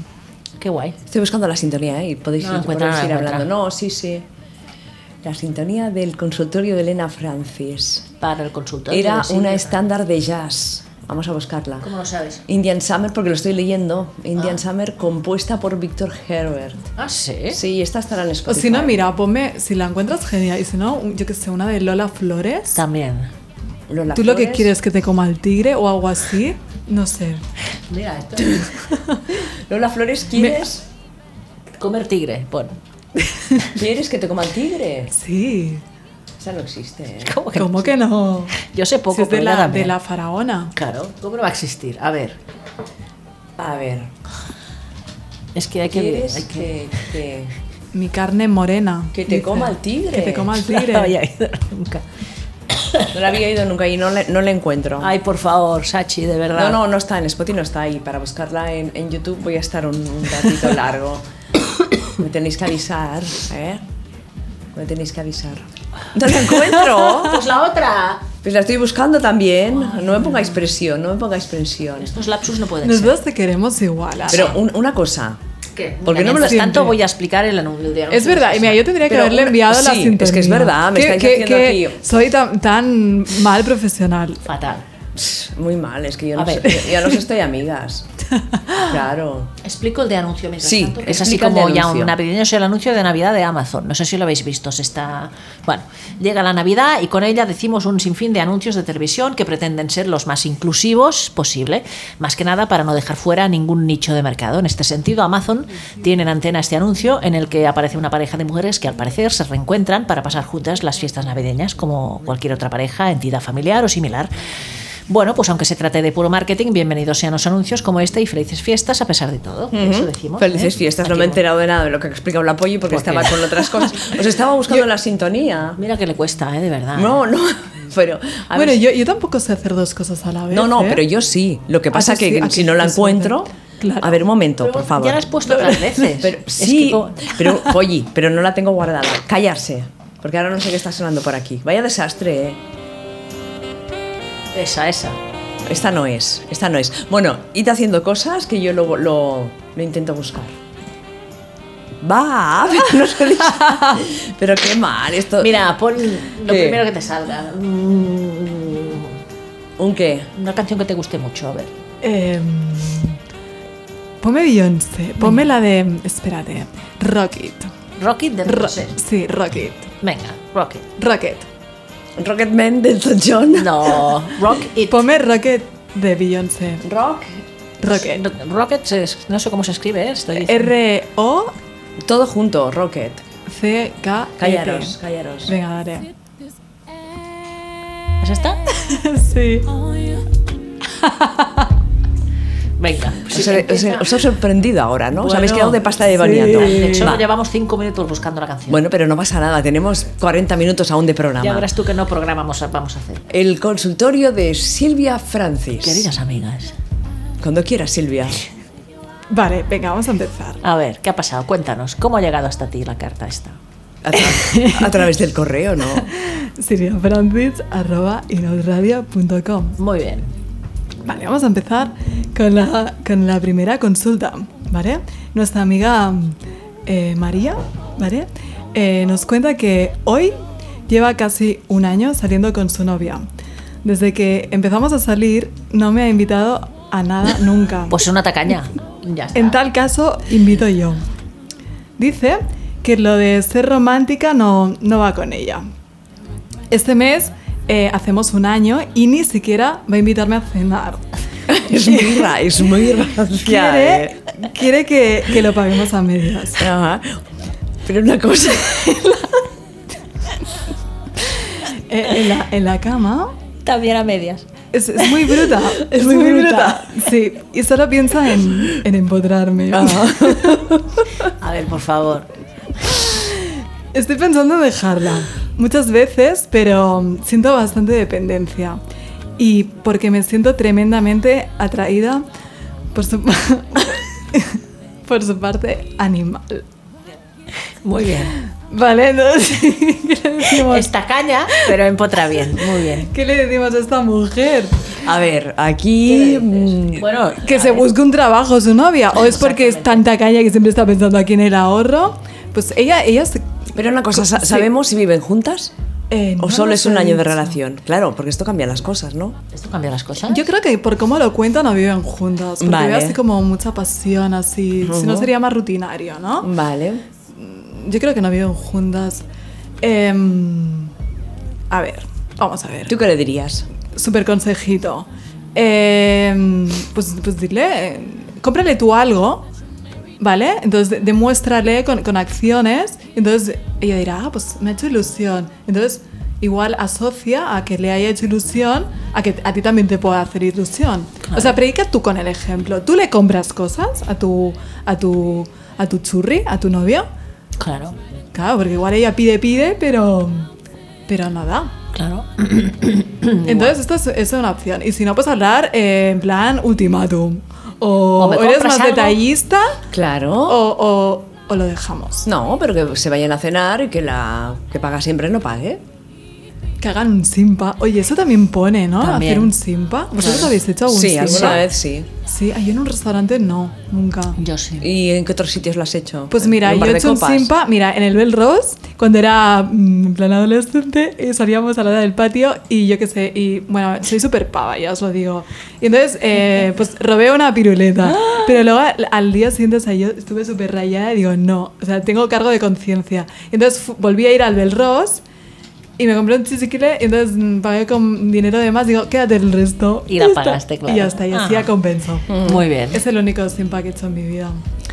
Qué guay. Estoy buscando la sintonía ¿eh? y podéis No ir, la encuentra, no la podéis ir encuentra. hablando. No, sí, sí. La sintonía del consultorio de Elena Francis. Para el consultorio. Era de Silvia. una estándar de jazz. Vamos a buscarla. ¿Cómo lo sabes? Indian Summer, porque lo estoy leyendo. Ah. Indian Summer, compuesta por Víctor Herbert. Ah, sí. Sí, esta estará en O Spotify. si ¿Eh? no, mira, ponme, si la encuentras genial, y si no, un- yo que sé, una de Lola Flores. También. Lola ¿Tú lo que Flores. quieres que te coma el tigre o algo así? No sé. Mira, esto. Lola Flores, ¿quieres, Comer tigre. Bueno. ¿quieres que te coman tigre? Sí. Esa no existe. ¿eh? ¿Cómo que ¿Cómo que no? Yo sé poco, Si es de pero ya la, también. de la faraona. Claro, ¿cómo no va a existir? A ver, A ver, es que hay que... ¿quieres hay que- que, que- Mi carne morena. que te dice. coma el tigre? Que te coma el No tigre. había ido nunca. No la había oído nunca y no le, no la encuentro. Ay, por favor, Sachi, de verdad. No, no, no está en Spotify, no está ahí. Para buscarla en, en YouTube voy a estar un, un ratito largo. Me tenéis que avisar, ¿eh? Me tenéis que avisar. No la encuentro. Pues la otra. Pues la estoy buscando también. No me pongáis presión, no me pongáis presión. Estos lapsus no pueden ser. Nosotros te queremos igual. Ana. Pero un- una cosa. ¿Qué? ¿Por qué no me lo Mientras tanto siempre? voy a explicar el anuncio. es verdad, y mira, yo tendría que Pero haberle una- enviado la sí, sintonía. es que es verdad, me Que- estáis que- haciendo que aquí- Soy tan, tan mal profesional. Fatal. Muy mal, es que yo A no, sé, ver. yo- yo no sé, estoy amigas. Claro. Explico el de anuncio mientras Sí, tanto. Es así explica el de como ya anuncio. un navideño es el anuncio de Navidad de Amazon. No sé si lo habéis visto. Se está. Bueno, llega la Navidad y con ella decimos un sinfín de anuncios de televisión que pretenden ser los más inclusivos posible. Más que nada para no dejar fuera ningún nicho de mercado. En este sentido, Amazon tiene en antena este anuncio en el que aparece una pareja de mujeres que al parecer se reencuentran para pasar juntas las fiestas navideñas, como cualquier otra pareja, entidad familiar o similar. Bueno, pues aunque se trate de puro marketing, bienvenidos sean los anuncios como este y felices fiestas a pesar de todo. Eso decimos. Pues Felices ¿eh? fiestas, no Aquí me he bueno. enterado de nada de lo que ha explicado la Polly porque ¿Por qué? estaba con otras cosas. Os estaba buscando la sintonía. Mira que le cuesta, ¿eh? de verdad. No, no, pero... a Bueno, ver si- yo, yo tampoco sé hacer dos cosas a la vez. No, no, ¿eh? pero yo sí. Lo que Ah, pasa tú sí, que ah, si tú no la sí, sí, encuentro, sí. Claro. A ver, un momento, por favor. Ya la has puesto otras veces. Pero, Es sí, que como- pero, oye, pero no la tengo guardada. Callarse, porque ahora no sé qué está sonando por aquí. Vaya desastre, ¿eh? eh. Esa, esa. Esta no es, esta no es. Bueno, id haciendo cosas que yo lo, lo, lo intento buscar. Va, pero no se dice. Pero qué mal esto. Mira, pon lo ¿Qué? primero que te salga. Mm, ¿un qué? Una canción que te guste mucho, a ver. Em, ponme Beyoncé, ponme la de. Espérate, Rocket. Rocket de Ro- Roses. sí, Rocket. Venga, Rocket. Rocket. Rocketman de Elton John. No, Rock It. Ponme Rocket de Beyoncé. Rock. Rocket. Rocket, es- no sé cómo se escribe, ¿eh? estoy diciendo. R-O-C-K. Todo junto, Rocket. Callaros, T. callaros. Venga, dale. ¿Es esta? Sí. Venga. Os, he- os he- os he sorprendido ahora, ¿no? Os Bueno, habéis quedado de pasta de sí. bañando. De hecho, Va. llevamos cinco minutos buscando la canción. Bueno, pero no pasa nada, tenemos 40 minutos aún de programa. ya verás tú que no programamos vamos a hacer. El consultorio de Silvia Francis. Queridas amigas. Cuando quieras, Silvia. Vale, venga, vamos a empezar. A ver, ¿qué ha pasado? Cuéntanos, ¿cómo ha llegado hasta ti la carta esta? A, tra- a través del correo, ¿no? siriafrancis.com Muy bien. Vale, vamos a empezar con la, con la primera consulta, ¿vale? Nuestra amiga eh, María, ¿vale? Eh, nos cuenta que hoy lleva casi un año saliendo con su novia. Desde que empezamos a salir, no me ha invitado a nada nunca. Pues es una tacaña. Ya está. En tal caso, invito yo. Dice que lo de ser romántica no, no va con ella. Este mes eh, hacemos un año y ni siquiera va a invitarme a cenar. Es muy ra, es muy rancial, Quiere, ¿eh? quiere que, que lo paguemos a medias. Ajá. Pero una cosa. Eh, en, la, en la cama También a medias. es, es muy bruta. Es muy, bruta. Sí, y solo piensa en, en empotrarme. A ver, por favor. Estoy pensando en dejarla. Muchas veces, pero mm, siento bastante dependencia. Y porque me siento tremendamente atraída por su, por su parte animal. Muy bien. Vale, entonces, ¿qué le decimos? Es tacaña, pero empotra bien. Muy bien. ¿Qué le decimos a esta mujer? A ver, aquí. mm, Bueno, Que se busque un trabajo su novia. ¿O es porque es tan tacaña que siempre está pensando aquí en el ahorro? Pues ella, ella se- Pero una cosa, ¿sa- Sí. ¿sabemos si viven juntas? eh, no ¿O solo nos es un ha año de dicho. relación? Claro, porque esto cambia las cosas, ¿no? ¿Esto cambia las cosas? Yo creo que por cómo lo cuentan no viven juntas. Porque Vale. veo así como mucha pasión, así. Si no sería más rutinario, ¿no? Vale. Yo creo que no viven juntas. Em, a ver, vamos a ver. ¿Tú qué le dirías? Súper consejito. Em, pues, pues dile, eh, cómprale tú algo, ¿vale? Entonces de- demuéstrale con, con acciones. Entonces ella dirá, ah, pues me ha hecho ilusión. Entonces igual asocia a que le haya hecho ilusión a que a ti también te pueda hacer ilusión. O sea, predica tú con el ejemplo. Tú le compras cosas a tu, a tu, a tu churri, a tu novio. Claro, Claro, porque igual ella pide, pide, pero, pero no da. claro. Entonces, esta es, es una opción. Y si no, pues hablar eh, en plan ultimátum. O, O me o eres compras más algo. detallista Claro. Oh. o, o- o lo dejamos. No, pero que se vayan a cenar y que la que paga siempre no pague. Que hagan un simpa. Oye, eso también pone, ¿no? También. Hacer un simpa. ¿Vosotros habéis hecho algún sí, simpa? alguna vez sí. Sí, ahí en un restaurante no, nunca. Yo sí. ¿Y en qué otros sitios lo has hecho? Pues mira, ¿En un yo bar he de hecho un copas? simpa, mira, en el Bell Rose, cuando era mm, en plan adolescente, eh, salíamos a la hora del patio y yo qué sé, y bueno, soy súper pava, ya os lo digo. Y entonces, eh, pues robé una piruleta, pero luego al, al día siguiente, o sea, yo estuve súper rayada y digo, no, o sea, tengo cargo de conciencia. Y Entonces fu- volví a ir al Bell Rose y me compré un chisiquile y entonces mm, pagué con dinero de más, digo, quédate el resto. Y la ya está. pagaste, claro. Y ya está, y así Ah. ya compenso. Muy bien. Es el único simpa que he hecho en mi vida.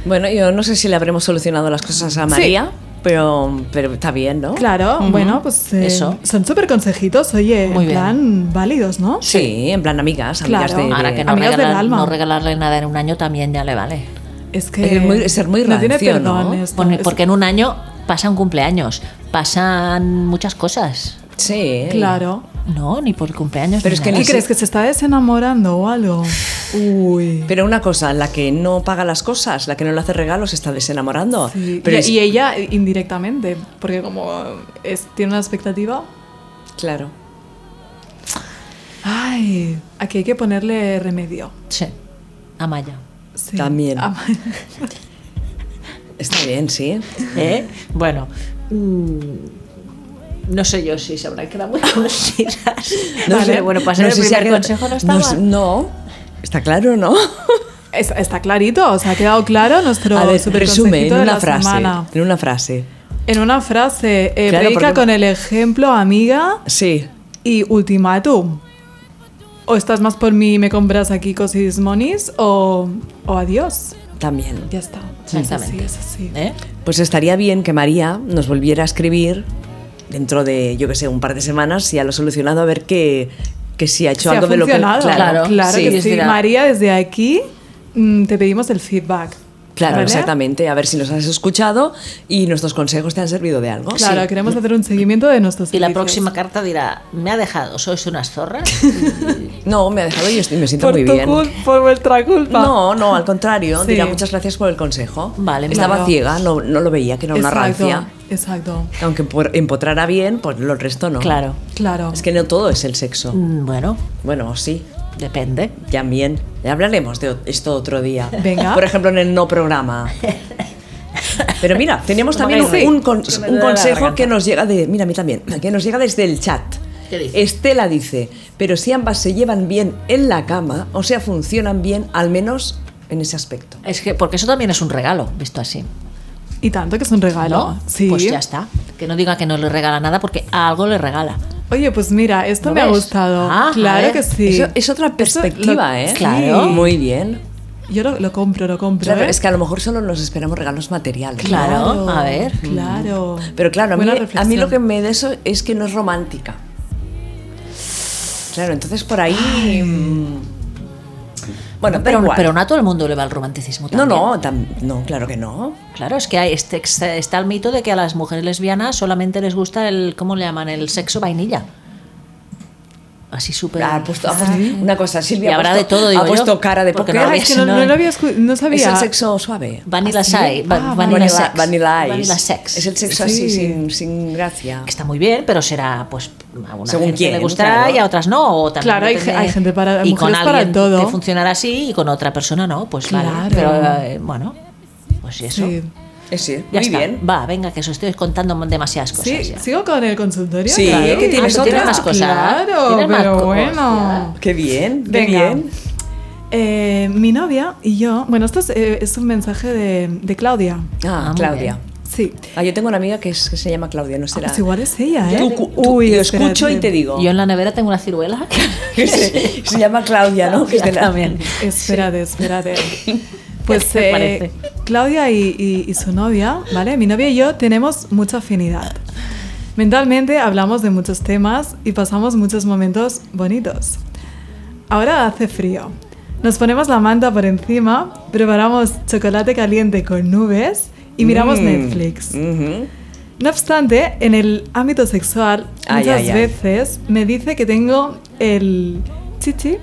Bueno, yo no sé si le habremos solucionado las cosas a María, pero, pero está bien, ¿no? Claro, bueno, pues eh, Eso. son súper consejitos, oye, Muy en bien. plan válidos, ¿no? Sí, en plan amigas, amigas Claro. de... de- Ahora que no, Amigas del regalar- alma. no regalarle nada en un año también ya le vale. Es que Es muy- ser muy no tiene rancio, perdón ¿no? esto. Porque, Es- porque en un año pasan cumpleaños, pasan muchas cosas. Sí. claro. No, ni por el cumpleaños. Pero ni es que nada. ni ¿Qué crees? ¿Que se está desenamorando o algo? Uy. Pero una cosa, la que no paga las cosas, la que no le hace regalos, se está desenamorando. Sí, Pero y, es- y ella indirectamente, porque como es- tiene una expectativa. Claro. Ay, aquí hay que ponerle remedio. Sí, Amaya. Sí. También. Ah, Está bien, sí. ¿Eh? Bueno. mm, No sé yo si se habrán quedado muy consideras. No vale, sé, bueno, pues no el sé si ha primer quedado- consejo no no estaba. sé- no. está claro, ¿no? es- está clarito, o sea, ha quedado claro nuestro a ver, superconsejito resume en de una la frase. semana. En una frase. En una frase, eh, Claro, predica porque- con el ejemplo, amiga, Sí. y ultimátum. O estás más por mí y me compras aquí cosis monis, o, o adiós. También. Ya está. Exactamente. Es así, es así. ¿Eh? Pues estaría bien que María nos volviera a escribir dentro de, yo que sé, un par de semanas, si ya lo ha solucionado, a ver que, que si ha hecho Se ha algo de lo que... funcionado. Claro, Claro, sí, que es sí. verdad. María, desde aquí mm, te pedimos el feedback. Claro, ¿vale? exactamente. A ver si nos has escuchado y nuestros consejos te han servido de algo. Claro, queremos hacer un seguimiento de nuestros Y la servicios. próxima carta dirá, me ha dejado, sois unas zorras. No, me ha dejado y estoy- me siento Por muy tu bien. cul- por vuestra culpa. No, no, al contrario. Sí. Dirá muchas gracias por el consejo. Vale, Estaba claro. ciega, no, no lo veía, que era una exacto, rancia. Exacto. Aunque por- empotrara bien, pues lo resto no. Claro. Claro. Es que no todo es el sexo. Mm, Bueno, Bueno, sí, depende. también. Ya hablaremos de o- esto otro día. Venga. Por ejemplo, en el no programa. Pero mira, teníamos No me también hagáis reír, un, con- que me un duele la consejo garganta. que nos llega de. Mira, a mí también. Que nos llega desde el chat. ¿Qué dice? Estela dice: Pero si ambas se llevan bien en la cama, o sea, funcionan bien, al menos en ese aspecto. Es que, porque eso también es un regalo, visto así. Y tanto que es un regalo. ¿No? Ah, Sí. Pues ya está. Que no diga que no le regala nada porque algo le regala. Oye, pues mira, esto ¿Lo me ha ves? gustado. Ah, a claro ver. que sí. Eso es otra perspectiva, lo- ¿eh? sí. Claro. Muy bien. Yo lo, lo compro, lo compro. Claro, ¿eh? es que a lo mejor solo nos esperamos regalos materiales. Claro, a ver. Mm. Claro. Pero claro, a mí, Buena a mí reflexión. lo que me de eso es que no es romántica. Claro, entonces por ahí. mm, Bueno, pero, Pero, igual. pero no a todo el mundo le va el romanticismo no, también. no, tam- no, claro que no. Claro, es que hay este, está el mito de que a las mujeres lesbianas solamente les gusta el, ¿cómo le llaman? El sexo vainilla. Así súper... Ha puesto, ha puesto- una cosa, Silvia. Y ha habrá puesto- de todo, digo Ha puesto yo, cara de porque no poker. Ah, había- es, es que no, no- no lo había escu- no es sabía. el sexo suave. Vanilla, Sai- va- Ah, vanilla, sex. vanilla ice. Vanilla sex. Es el sexo así, Sí. sin, sin gracia. que está muy bien, pero será, pues, a una Según gente quién, le gustará claro. y a otras no. O también Claro, hay depende- ge- hay gente para- Y con mujeres para alguien todo. te funcionará así y con otra persona no, pues vale. Claro. Pero eh, bueno, pues eso. Sí. Eh, sí, Ya muy está. bien. Va, venga, que os estoy contando demasiadas cosas. Sí, ya. sigo con el consultorio. Sí, claro. que tienes Ah, tú tienes otra. más cosas. Claro, Tienes más pero cosas. bueno. Qué bien, qué Venga. bien. Eh, mi novia y yo. Bueno, esto es, eh, es un mensaje de, de Claudia. Ah, Ah, muy Claudia. bien. Sí. Ah, yo tengo una amiga que, es- que se llama Claudia, no Ah, será. pues igual es ella, ¿eh? Tú, cu- tú- Uy, yo escucho espérate. y te digo. Yo en la nevera tengo una ciruela. que se, se llama Claudia, ¿no? Que es de la- También. Espérate, espérate. Pues te eh, parece? Claudia y, y- y su novia, ¿vale? Mi novia y yo tenemos mucha afinidad. Mentalmente hablamos de muchos temas y pasamos muchos momentos bonitos. Ahora hace frío. Nos ponemos la manta por encima, preparamos chocolate caliente con nubes y miramos Mm. Netflix. Ujú. No obstante, en el ámbito sexual, Ay, muchas ay, ay. veces me dice que tengo el chichi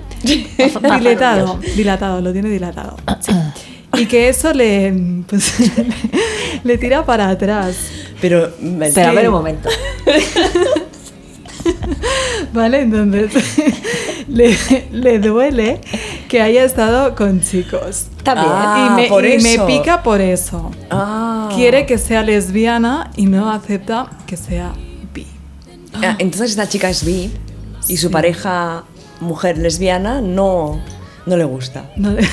Pájaro dilatado, dilatado, lo tiene dilatado. sí. Y que eso le, pues, le, le tira para atrás, Pero, mm, Pero a sí. ver un momento. ¿vale? Entonces, le, le duele que haya estado con chicos. También. Ah, y me, por y me eso. pica por eso. Ah. Quiere que sea lesbiana y no acepta que sea bi. Ah, Entonces esta chica es bi y su pareja, mujer lesbiana, no, no le gusta. No le,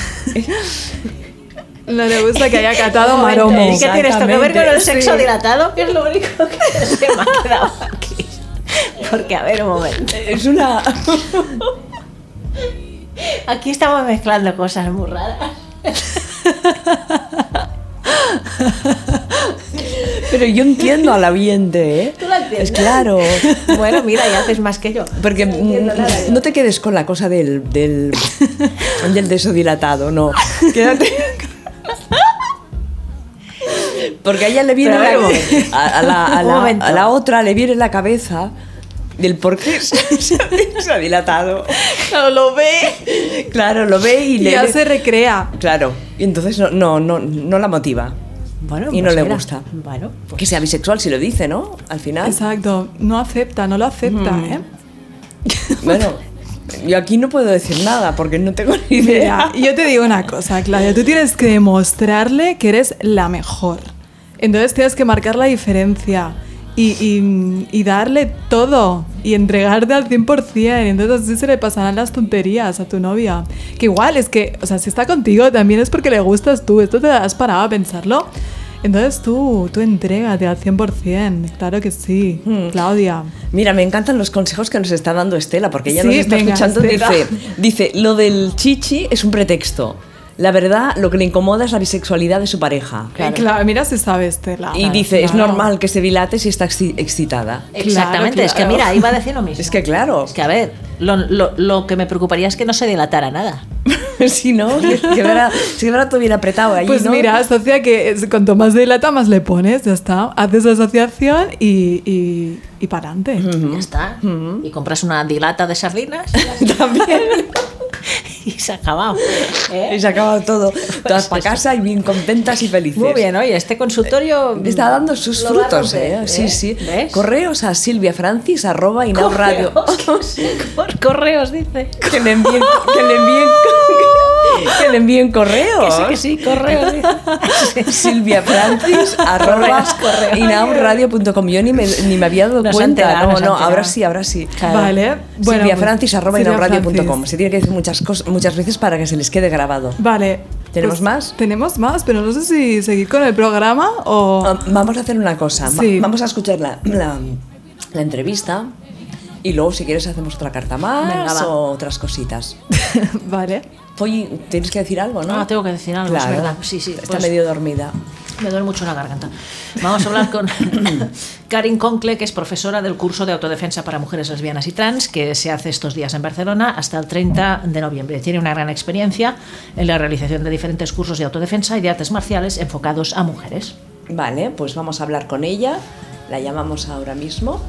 no le gusta que haya catado Pero maromo. ¿Y qué tiene esto que ver con el Exactamente, sexo sí. dilatado? Que es lo único que se me ha quedado aquí. Porque, a ver, un momento. Es una... Aquí estamos mezclando cosas muy raras. Pero yo entiendo al oyente, ¿eh? Tú la entiendes. Es claro. Bueno, mira, ya haces más que yo. Porque mm, no te quedes con la cosa del, del, del deso dilatado, no. Quédate. Porque a ella le viene Pero a ver, un la- momento. a, a la, a Un la- momento. a la otra le viene en la cabeza del por qué se, se ha dilatado. Claro, lo ve. Claro, lo ve y, Y le... ya se recrea. Claro, y entonces no, no, no, no la motiva. Bueno, Y no pues le mira, gusta. Bueno, pues Que sea bisexual si lo dice, ¿no? Al final. Exacto, no acepta, no lo acepta, ¿eh? Bueno, yo aquí no puedo decir nada porque no tengo ni idea. Mira, yo te digo una cosa, Claudia, tú tienes que demostrarle que eres la mejor. Entonces tienes que marcar la diferencia y, y- y darle todo y entregarte al 100%. Entonces así se le pasarán las tonterías a tu novia. Que igual es que, o sea, si está contigo también es porque le gustas tú. Esto te has parado a pensarlo. Entonces tú, tú entrégate al 100%. Claro que sí, Hmm. Claudia. Mira, me encantan los consejos que nos está dando Estela, porque ella nos Sí, está venga, escuchando. Estela. Dice, dice, lo del chichi es un pretexto. La verdad, lo que le incomoda es la bisexualidad de su pareja. Eh, Cla- mira si sabe Estela. y dice, es Claro. normal que se dilate si está exci- excitada. Exactamente, Claro, es que claro. mira, iba a decir lo mismo. Es que claro, Es que, a ver, lo, lo- lo que me preocuparía es que no se dilatara nada. si no, que verá, si verá todo bien apretado ahí, Pues ¿no? mira, asocia que es- cuanto más dilata, más le pones, ya está. Haces la asociación y, y, y para adelante. Ya está. Y compras una dilata de sardinas También. y se ha acabado. ¿eh? Y se ha acabado todo. Todas para casa y bien contentas y felices. Muy bien, oye, este consultorio Le Está dando sus lo va a frutos, romper, ¿eh? Sí, sí. ¿Ves? Correos a silviafrancis arroba inau radio. Correos, correos, dice. Que le envíen, que le envíen, que le envíen Que correos. sí, que sí, correos. dice. silviafrancis arroba correos. inauradio.com. Yo ni me, ni me había dado Nos han cuenta. enterado, nos no, han no, enterado. ahora sí, ahora sí. Claro. Vale. Bueno, pues, silviafrancis arroba inauradio.com. silviafrancis. Se tiene que decir muchas, cosas, muchas veces para que se les quede grabado. Vale. Pues ¿Tenemos más? Tenemos más, pero no sé si seguir con el programa o... Ah, Vamos a hacer una cosa. Va- Sí. Vamos a escuchar la, la- la entrevista y luego, si quieres, hacemos otra carta Venga, más va. o otras cositas. vale. Oye, tienes que decir algo, ¿no? Ah, tengo que decir algo, es Claro. verdad. Sí, sí, Está pues- medio dormida. Me duele mucho la garganta. Vamos a hablar con Karin Concle, que es profesora del curso de autodefensa para mujeres lesbianas y trans, que se hace estos días en Barcelona hasta el 30 de noviembre. Tiene una gran experiencia en la realización de diferentes cursos de autodefensa y de artes marciales enfocados a mujeres. Vale, pues vamos a hablar con ella. La llamamos ahora mismo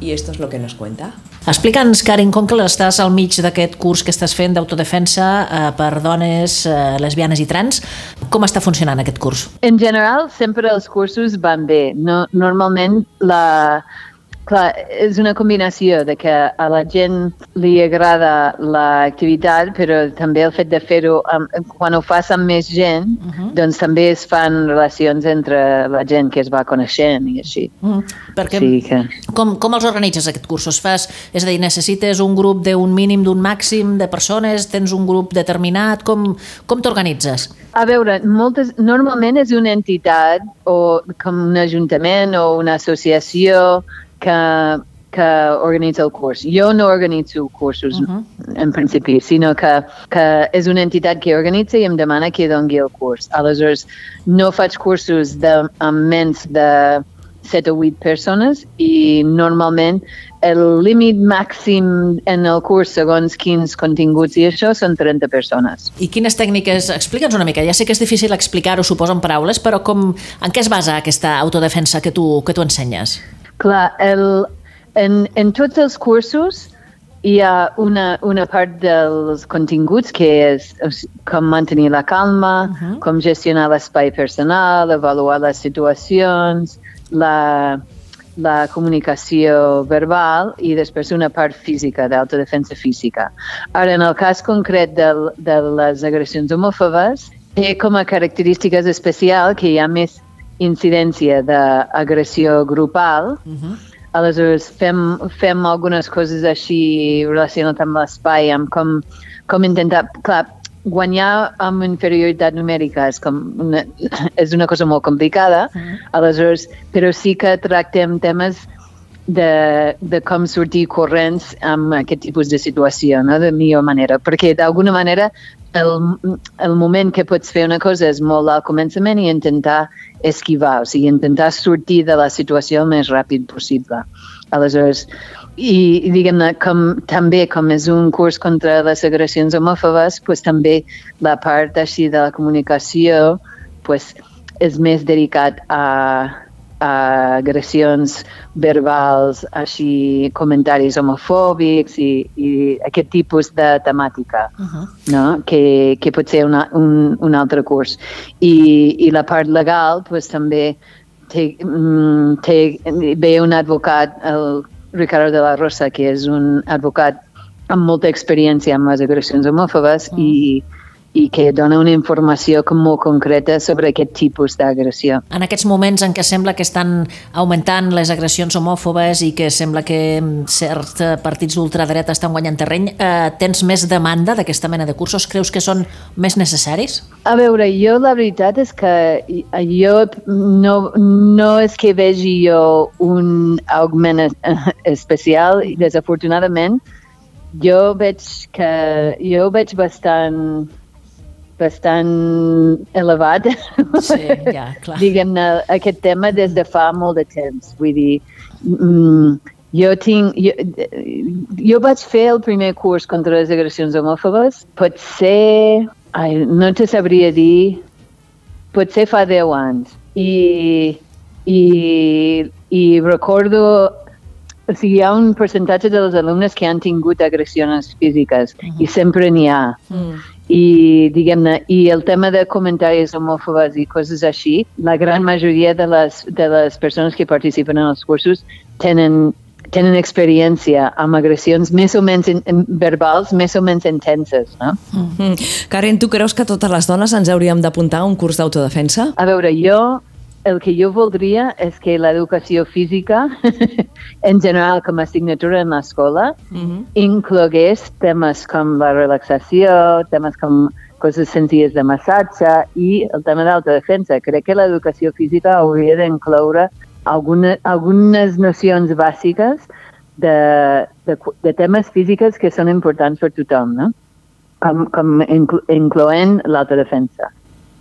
y esto es lo que nos cuenta. Explica'ns, Karin Concle, estàs al mig d'aquest curs que estàs fent d'autodefensa eh, per dones eh, lesbianes i trans. Com està funcionant aquest curs? En general, sempre els cursos van bé. No, normalment, la, clar, és una combinació de que a la gent li agrada l'activitat, però també el fet de fer-ho, amb- quan ho fas amb més gent, uh -huh. doncs també es fan relacions entre la gent que es va coneixent i així. Mm, perquè Sí, que... Com, com els organitzes aquest curs? Els fas, és a dir, necessites un grup d'un mínim, d'un màxim de persones? Tens un grup determinat? Com, com t'organitzes? A veure, moltes, normalment és una entitat o com un ajuntament o una associació que, que organitza el curs. Jo no organitzo cursos, uh -huh. en principi, sinó que, que és una entitat que organitza i em demana que dongui el curs. Aleshores, no faig cursos de, amb menys de 7 o 8 persones i normalment el límit màxim en el curs segons quins continguts i això són 30 persones. I quines tècniques... Explica'ns una mica. Ja sé que és difícil explicar-ho, suposo, en paraules, però com, en què es basa aquesta autodefensa que tu, que tu ensenyes? Clar, el, en, en tots els cursos hi ha una, una part dels continguts que és o sigui, com mantenir la calma, uh -huh. com gestionar l'espai personal, avaluar les situacions, la, la comunicació verbal i després una part física, d'autodefensa física. Ara, en el cas concret del, de les agressions homòfobes, té com a característiques especial que hi ha més incidència d'agressió grupal. Uh -huh. Aleshores, fem, fem algunes coses així relacionades amb l'espai, amb com, com intentar... Clar, guanyar amb inferioritat numèrica és, com una, és una cosa molt complicada, uh -huh. aleshores, però sí que tractem temes de, de com sortir corrents amb aquest tipus de situació, no? de millor manera, perquè d'alguna manera el, el moment que pots fer una cosa és molt al començament i intentar esquivar, o sigui, intentar sortir de la situació el més ràpid possible. Aleshores, i i diguem-ne, com, també com és un curs contra les agressions homòfobes, doncs també la part així de la comunicació pues, és més dedicat a, agressions verbals, així comentaris homofòbics i, i aquest tipus de temàtica, uh -huh. no? que, que pot ser una, un, un altre curs. I, I la part legal pues, també té, mm, té, ve un advocat, el Ricardo de la Rosa, que és un advocat amb molta experiència amb les agressions homòfobes uh -huh. i i que dona una informació com molt concreta sobre aquest tipus d'agressió. En aquests moments en què sembla que estan augmentant les agressions homòfobes i que sembla que certs partits d'ultradreta estan guanyant terreny, eh, tens més demanda d'aquesta mena de cursos? Creus que són més necessaris? A veure, jo la veritat és que jo no, no és que vegi jo un augment especial, desafortunadament, jo veig que jo veig bastant bastant elevat, Sí, ja, clar. diguem-ne, aquest tema des de fa molt de temps. Vull dir, mm, jo tinc... Jo, jo vaig fer el primer curs contra les agressions homòfobes, potser... Ai, no te sabria dir... Potser fa 10 anys. I, i, i recordo o sigui, hi ha un percentatge dels alumnes que han tingut agressions físiques uh -huh. i sempre n'hi ha. Uh -huh. I, diguem-ne, i el tema de comentaris homòfobes i coses així, la gran majoria de les, de les persones que participen en els cursos tenen, tenen experiència amb agressions més o menys in, in- verbals, més o menys intenses, no? Mm. Karen, tu creus que totes les dones ens hauríem d'apuntar a un curs d'autodefensa? A veure, jo el que jo voldria és que l'educació física, en general com a assignatura en l'escola, mm -hmm. inclogués temes com la relaxació, temes com coses senzilles de massatge i el tema d'autodefensa. Crec que l'educació física hauria d'incloure alguna, algunes nocions bàsiques de, de, cu- de temes físiques que són importants per tothom, no? com, com inclo, incloent l'autodefensa.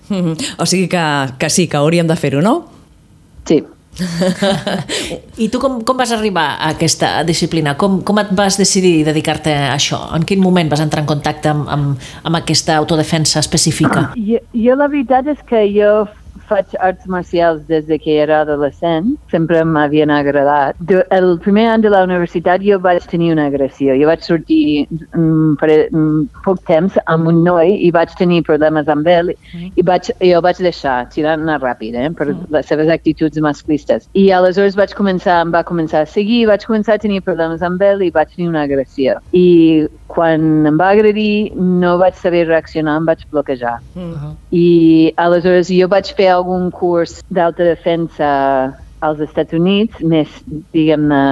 Mm. O sigui que, que sí, que hauríem de fer-ho, no? Sí. I tu com, com vas arribar a aquesta disciplina? Com, com et vas decidir dedicar-te a això? En quin moment vas entrar en contacte amb, amb, amb aquesta autodefensa específica? Jo, jo la veritat és que jo faig arts marcials des de que era adolescent. Sempre m'havien agradat. Du- El primer any de la universitat jo vaig tenir una agressió. Jo vaig sortir mm, per, mm, poc temps amb un noi i vaig tenir problemes amb ell i vaig, jo vaig deixar, tirant-ne ràpid, eh, per les seves actituds masclistes. I aleshores vaig començar, em va començar a seguir, vaig començar a tenir problemes amb ell i vaig tenir una agressió. I quan em va agredir no vaig saber reaccionar, em vaig bloquejar. I E, aleshores jo vaig fer algun curs d'autodefensa als Estats Units, més, diguem-ne,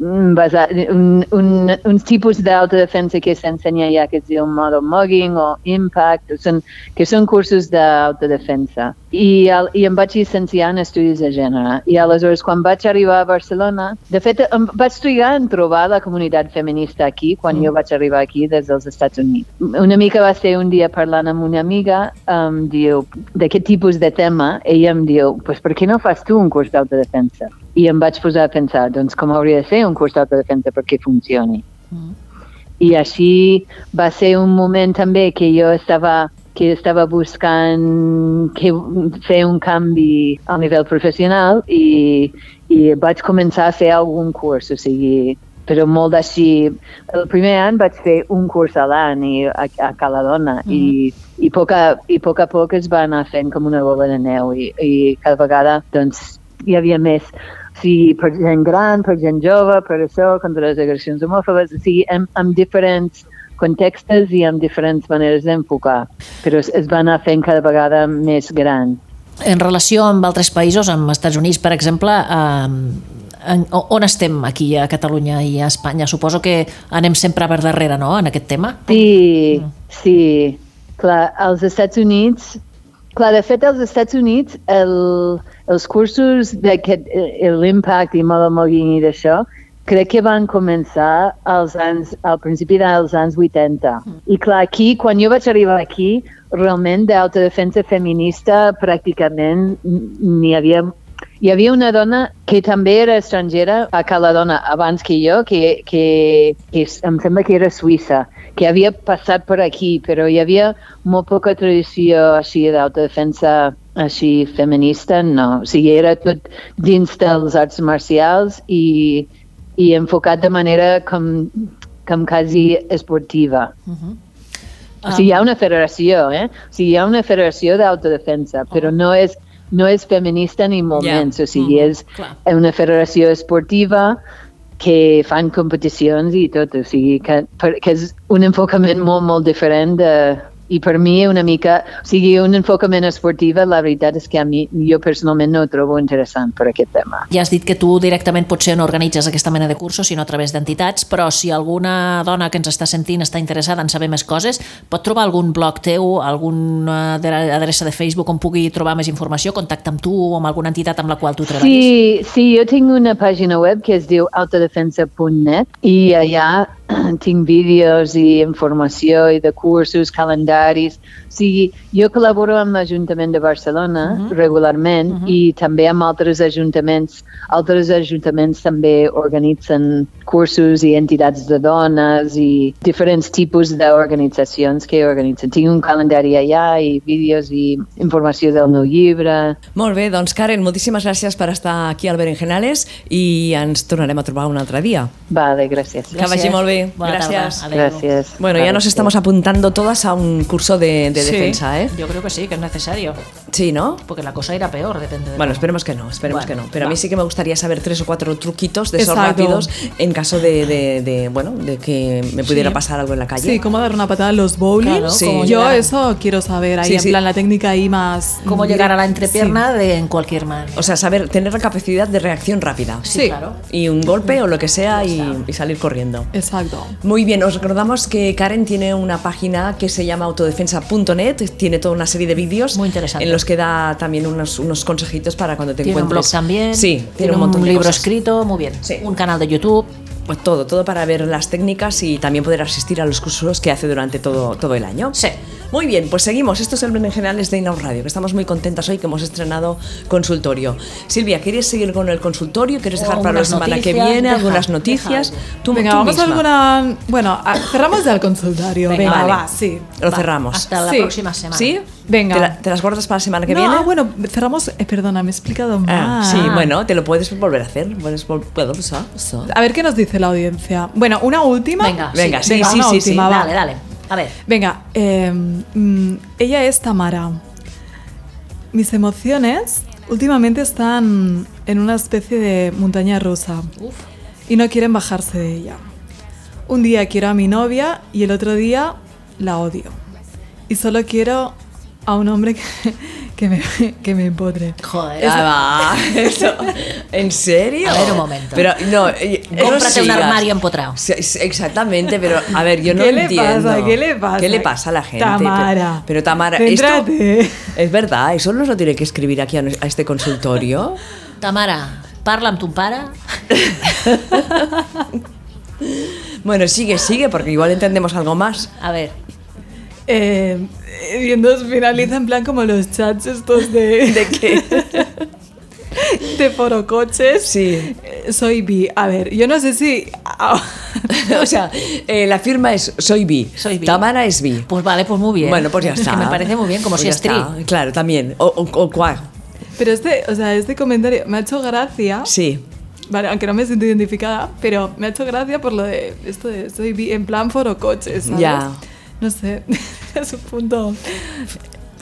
mm, basa- un, un, uns tipus d'autodefensa que s'ensenya ja, que es diu model mugging o impact, o són, que són cursos d'autodefensa. I, al, I em vaig llicenciar en estudis de gènere. I aleshores, quan vaig arribar a Barcelona, de fet, em vaig trigar en trobar la comunitat feminista aquí, quan mm. jo vaig arribar aquí des dels Estats Units. Una mica va ser un dia parlant amb una amiga, em diu, d'aquest tipus de tema, ella em diu, pues, per què no fas tu un curs d'autodefensa? I em vaig posar a pensar, doncs com hauria de ser un curs d'autodefensa perquè funcioni? i així va ser un moment també que jo estava que estava buscant que fer un canvi a nivell professional i, i vaig començar a fer algun curs, o sigui, però molt així. El primer any vaig fer un curs a l'any i a, a Caladona mm. i, i, poc a, i poc a poc es va anar fent com una bola de neu i, i cada vegada doncs, hi havia més o sigui, per gent gran, per gent jove, per això, contra les agressions homòfobes, o sigui, amb, amb diferents contextes i amb diferents maneres d'enfocar, però es, es va anar fent cada vegada més gran. En relació amb altres països, amb Estats Units, per exemple, eh, en, o- on estem aquí a Catalunya i a Espanya? Suposo que anem sempre per darrere, no?, en aquest tema. Sí, sí. Clar, als Estats Units... Clar, de fet, als Estats Units el, els cursos d'aquest... eh, l'impact i Model Mogging i d'això, crec que van començar als anys, al principi dels anys 80. I clar, aquí, quan jo vaig arribar aquí, realment d'autodefensa feminista pràcticament n- n'hi havia Hi havia una dona que també era estrangera a Caladona abans que jo, que, que, que s- em sembla que era suïssa, que havia passat per aquí, però hi havia molt poca tradició així d'autodefensa així feminista, no. O sigui, era tot dins dels arts marcials i, i enfocat de manera com, com quasi esportiva. O sigui, hi ha una federació, eh? O sigui, hi ha una federació d'autodefensa, però no és, no és feminista ni molt Ja. menys. O sigui, és clar. una federació esportiva que fan competicions i tot. O sigui, que, per- que és un enfocament molt, molt diferent de, i per mi una mica, o sigui, un enfocament esportiva, la veritat és que a mi, jo personalment no ho trobo interessant per aquest tema. Ja has dit que tu directament potser no organitzes aquesta mena de cursos, sinó a través d'entitats, però si alguna dona que ens està sentint està interessada en saber més coses, pot trobar algun blog teu, alguna adre- adreça de Facebook on pugui trobar més informació, contacta amb tu o amb alguna entitat amb la qual tu treballis. Sí, sí, jo tinc una pàgina web que es diu autodefensa.net i allà tinc vídeos i informació i de cursos, calendaris. O sigui, jo col·laboro amb l'Ajuntament de Barcelona regularment i també amb altres ajuntaments. Altres ajuntaments també organitzen cursos i entitats de dones i diferents tipus d'organitzacions que organitzen. Tinc un calendari allà i vídeos i informació del meu llibre. Molt bé, doncs Karen, moltíssimes gràcies per estar aquí al Berenjenales i ens tornarem a trobar un altre dia. Vale, gràcies. Que vagi molt bé. Bona Gràcies. Tarda. Adéu. Gracias. Bueno, ya nos Gracias. estamos apuntando todas a un curso de, de defensa, ¿eh? Yo creo que sí, que es necesario, Sí, ¿no? porque la cosa irá peor, depende de Bueno, cómo. esperemos que no, esperemos Bueno, que no. Pero a va. mí sí que me gustaría saber tres o cuatro truquitos de esos Exacto. rápidos en caso de, de- de, bueno, de que me pudiera pasar algo en la calle. Sí, cómo dar una patada a los bowling. Claro, Sí. cómo Yo llegar. eso quiero saber ahí, Sí, en sí. plan la técnica ahí más. Cómo llegar a la entrepierna Sí. de en cualquier mano. O sea, saber tener la capacidad de reacción rápida. Sí, sí. claro. Y un golpe o lo que sea y, y salir corriendo. Exacto. Muy bien, os recordamos que Karen tiene una página que se llama autodefensa.net, tiene toda una serie de vídeos Muy interesante. en los que da también unos, unos consejitos para cuando te Tiene un blog encuentres. también, Sí, tiene, un montón de libro cosas. escrito, muy bien. Sí. Un canal de YouTube. Pues todo, todo para ver las técnicas y también poder asistir a los cursos que hace durante todo, todo el año. Sí. Muy bien, pues seguimos. Esto es el Berenjenales de Inaud Radio, que estamos muy contentas hoy que hemos estrenado consultorio. Silvia, ¿quieres seguir con el consultorio? ¿Quieres O dejar para la algunas semana que noticias, viene deja, algunas deja noticias? algo. Tú, Venga, tú vamos misma. a alguna. Bueno, a- cerramos ya el consultorio. Venga, Venga, vale. va, sí. Lo Va, cerramos. Hasta la Sí. próxima semana. ¿Sí? Venga. ¿Te, la- te las guardas para la semana que no, viene? ah, bueno, cerramos. eh, perdona, me he explicado Ah, mal. sí, bueno, te lo puedes volver a hacer. Puedes vol- puedo, pues, ah, so- so. A ver qué nos dice la audiencia. Bueno, una última. Venga, Venga, sí, Venga, sí, una sí, sí. última, va. Dale, dale. A ver. Venga, eh, mm, ella es Tamara. Mis emociones últimamente están en una especie de montaña rusa y no quieren bajarse de ella. Un día quiero a mi novia y el otro día la odio. Y solo quiero a un hombre que, que me, que me empotre. Joder. Ah, va, eso. ¿En serio? A ver, un momento. Pero, no, eh, no Cómprate un sigas. armario empotrado. Sí, sí, Exactamente, pero a ver, yo no ¿Qué lo le entiendo. pasa? ¿Qué le pasa? ¿Qué le pasa a la gente? Tamara. Pero, pero Tamara, Céntrate. esto es verdad, eso nos lo tiene que escribir aquí a, nos- a este consultorio. Tamara, parla amb ton pare. Bueno, sigue, sigue, porque igual entendemos algo más. A ver, Eh, eh, y entonces finaliza en plan como los chats estos de... ¿De qué? De forocoches. Sí. Eh, Soy bi. A ver, yo no sé si... ah, o sea, eh, la firma es soy bi. Soy bi. Tamara es bi. pues vale, pues muy bien. Bueno, pues ya Es está. que me parece muy bien, como Pues si ya es tri. está, Claro, también. O, o, o cuá. Pero este, o sea, este comentario me ha hecho gracia. Sí. Vale, aunque no me siento identificada, pero me ha hecho gracia por lo de esto de soy bi en plan forocoches. ¿sabes? Ya. No sé, es un punto...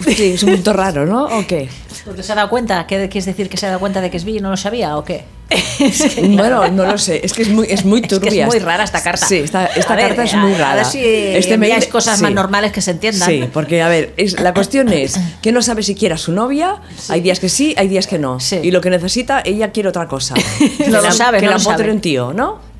Pues Sí, es un punto raro, ¿no? ¿O qué? Porque se ha dado cuenta, ¿qué quieres decir que se ha dado cuenta de que es bi? ¿No lo sabía o qué? Es que, Bueno, no lo sé. Es que es muy, es muy es que turbia. es muy rara esta carta. Sí, esta, esta A ver, carta es a- muy a rara. Este ver si enviáis mail- cosas más sí. normales que se entiendan. Sí, porque a ver, es, la cuestión es que no sabe siquiera su novia. Hay días que sí, hay días que no. Sí. Y lo que necesita, ella quiere otra cosa. que lo la, sabe, que no la lo empotre sabe. un tío, ¿no?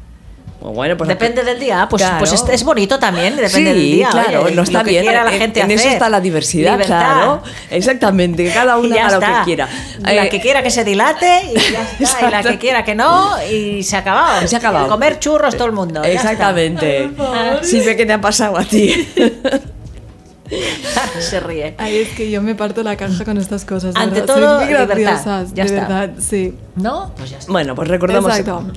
Bueno, pues Depende del día, pues, Claro. pues es, es bonito también, depende sí, del día. claro, oye, no está lo que bien. quiera la en- gente en eso hacer. está la diversidad, Libertad. claro. Exactamente, que cada Y una ya haga lo está. que quiera. La Eh, que quiera que se dilate y ya está. y la que quiera que no y se ha acabado. Se ha acabado. Y comer churros todo el mundo. ya está. Exactamente. Silvia, ¿qué te ha pasado a ti? Se ríe. Ay, es que yo me parto la caja con estas cosas. de Ante verdad, todo, sois muy libertad. graciosas, Ya de está. verdad, sí. ¿No? Pues ya está. Bueno, pues recordamos, Exacto.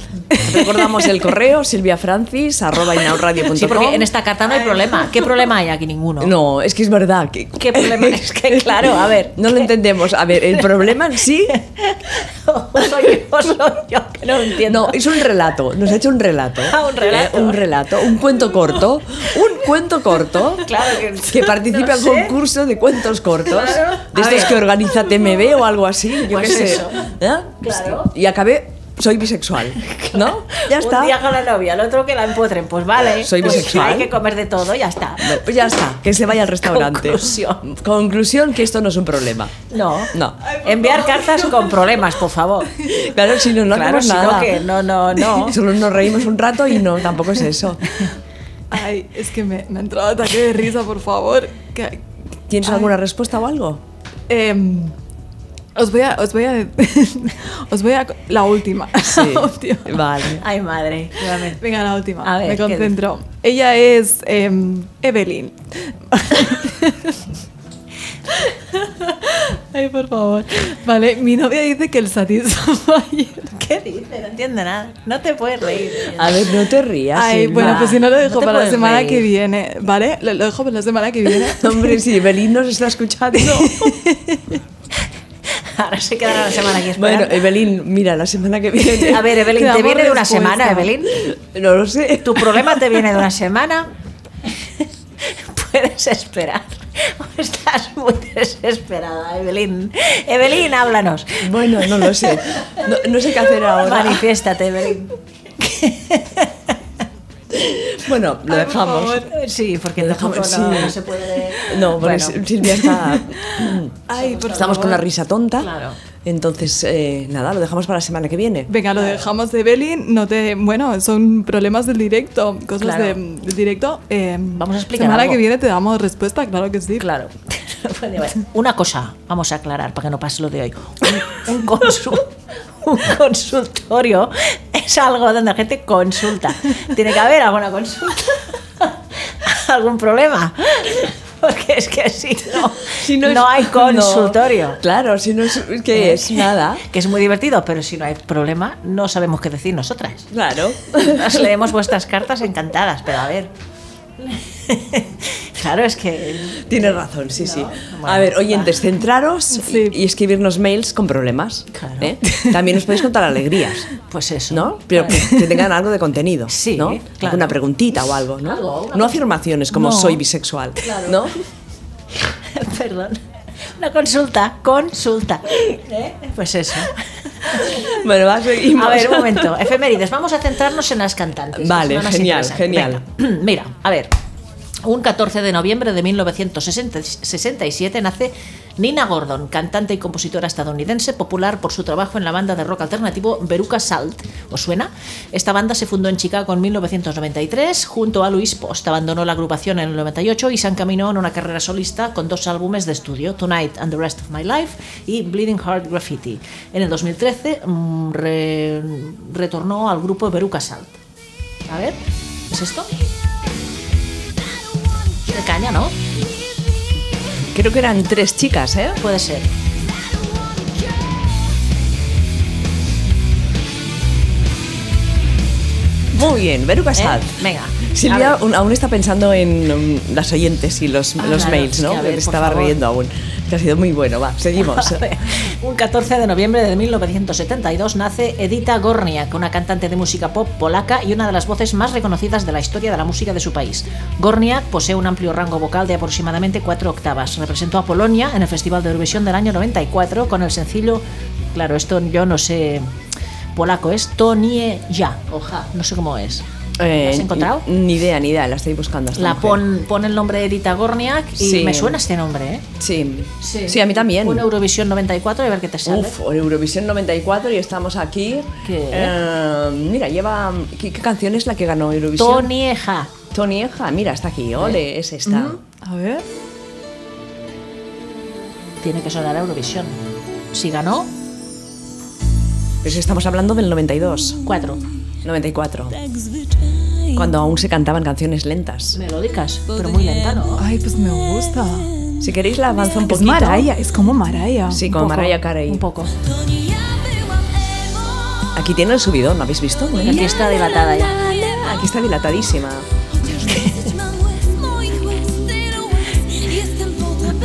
recordamos el correo silviafrancis arroba inaudradio.com. Sí, porque en esta carta no hay problema. ¿Qué problema hay aquí? Ninguno. No, es que es verdad. Que, ¿Qué problema? Es que, claro, a ver. No lo entendemos. A ver, el problema en sí O Pues soy yo, o soy yo, que no lo entiendo. No, es un relato, nos ha hecho un relato. Ah, un relato. Eh, un relato, un cuento corto, un cuento corto. Claro que- participa no en sé. concurso de cuentos cortos. Claro. De A estos ver. que organiza TMB o algo así, yo Pues qué sé. eso. ¿Eh? Claro. Y acabé, soy bisexual, ¿no? Ya está. Un día con la novia, el otro que la empotren. Pues vale. Soy pues bisexual. Hay que comer de todo, ya está. No, pues ya está, que se vaya al restaurante. Conclusión. Conclusión que esto no es un problema. No. No. Enviar cartas con problemas, por favor. Claro, si no, no claro, hacemos si nada. no, que no, no, no. Solo nos reímos un rato y no, tampoco es eso. Ay, es que me, me ha entrado ataque de risa, por favor. Que- ¿Tienes alguna respuesta o algo? em, os voy a, os voy a, os voy a, la última. La última. Vale. Ay, madre. realmente. Venga, la última. A ver, me ¿qué dice? concentro. Ella es em, Evelyn. Ay, por favor. Vale, mi novia dice que el Satisfyer. ¿Qué dices? No entiendo nada. No te puedes reír. A ver, no te rías. Ay, Silvia. bueno, pues si no lo no dejo te para la puedes semana reír. que viene, ¿vale? Lo, lo dejo para la semana que viene. Hombre, si Evelyn nos está escuchando. Ahora se quedará la semana aquí bueno, esperando. Evelyn, mira, la semana que viene. a ver, Evelyn, ¿te Quedamos viene de una respuesta. semana, Evelyn? No lo sé. ¿Tu problema te viene de una semana? Puedes esperar. Estás muy desesperada, Evelyn. Evelyn, háblanos. Bueno, no lo sé. No, no sé qué hacer ahora. Manifiéstate, Evelyn. Bueno, lo dejamos. Sí, porque Lo tampoco dejamos, no, sí. no se puede. No, porque Bueno. Silvia está. Ay, por Estamos con la risa tonta. Claro. Entonces, eh, nada, lo dejamos para la semana que viene. Venga, lo dejamos de Evelyn. No te, bueno, son problemas del directo, cosas Claro. de- del directo. eh, Vamos a explicar Semana algo. que viene te damos respuesta, claro que sí. Claro. Bueno, bueno, Una cosa, vamos a aclarar para que no pase lo de hoy. Un, un consu- un consultorio es algo donde la gente consulta. Tiene que haber alguna consulta, algún problema. Porque es que si no, Si no, es- hay no. consultorio. Claro, si no es. es que Eh. es nada. Que es muy divertido, pero si no hay problema, no sabemos qué decir nosotras. Claro. Nos leemos vuestras cartas encantadas, pero a ver. Claro, es que. Tienes razón, sí, sí. A Bueno, ver, oyentes, centraros Sí. y, y escribirnos mails con problemas. Claro. ¿eh? También nos podéis contar alegrías. Pues eso. ¿No? Pero que, que tengan algo de contenido. Sí, ¿no? claro. Alguna preguntita o algo, ¿no? Algo, una- no afirmaciones como No. soy bisexual. ¿No? Perdón. Una consulta, consulta. ¿Eh? Pues eso. Bueno, va, seguimos. A ver, un momento. Efemérides. Vamos a centrarnos en las cantantes. que Vale, son las genial, interesantes. genial. Venga. Mira, a ver. Un 14 de noviembre de 1967 nace Nina Gordon, cantante y compositora estadounidense, popular por su trabajo en la banda de rock alternativo Veruca Salt. ¿Os suena? Esta banda se fundó en Chicago en 1993 junto a Luis Post. Abandonó la agrupación en el 98 y se encaminó en una carrera solista con dos álbumes de estudio, Tonight and the Rest of My Life y Bleeding Heart Graffiti. En el 2013 mm, re- retornó al grupo Veruca Salt. A ver, ¿es esto? De caña, ¿no? Creo que eran tres chicas, ¿eh? Puede ser. Muy bien, Veruca ¿eh? Salt. Venga. Silvia A ver. Ah, aún, aún está pensando en um, las oyentes y los, los claro, mails, es que, ¿no? a ver, Me por estaba favor. riendo aún. Que ha sido muy bueno. Va, seguimos. Un 14 de noviembre de 1972 nace Edita Gorniak, una cantante de música pop polaca y una de las voces más reconocidas de la historia de la música de su país. Gorniak posee un amplio rango vocal de aproximadamente cuatro octavas. Representó a Polonia en el Festival de Eurovisión del año 94 con el sencillo, claro, esto yo no sé polaco, es Tonie Ja, oja, no sé cómo es. Eh, ¿Lo has encontrado? Ni idea, ni idea, la estoy buscando. hasta La pon, pon el nombre de Edita Gorniak y Sí. me suena este nombre, ¿eh? Sí. sí, a mí también. Un Eurovisión 94 y a ver qué te sale. Uf, Eurovisión 94 y estamos aquí. ¿Qué? Eh, mira, lleva. ¿qué, qué canción es la que ganó Eurovisión? Tonieja. Tony Eja, mira, está ¿Eh? aquí. Ole, es esta. Mm. A ver. Tiene que sonar a Eurovisión. Si ganó, Pero si estamos hablando del 92, 4. 94. Cuando aún se cantaban canciones lentas. Melódicas, pero muy lenta, ¿no? Ay, pues me gusta. Si queréis la avanzo un Es poquito. Maraya, es como Maraya. Sí, como poco, Mariah Carey. Un poco. Aquí tiene el subidón, ¿no habéis visto? Bueno, Aquí está dilatada ya. Aquí está dilatadísima.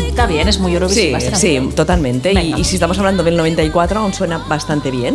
Está bien, es muy Sí, eurovisiva. esta sí, canción. totalmente. Y, Venga. y si estamos hablando del 94, aún suena bastante bien.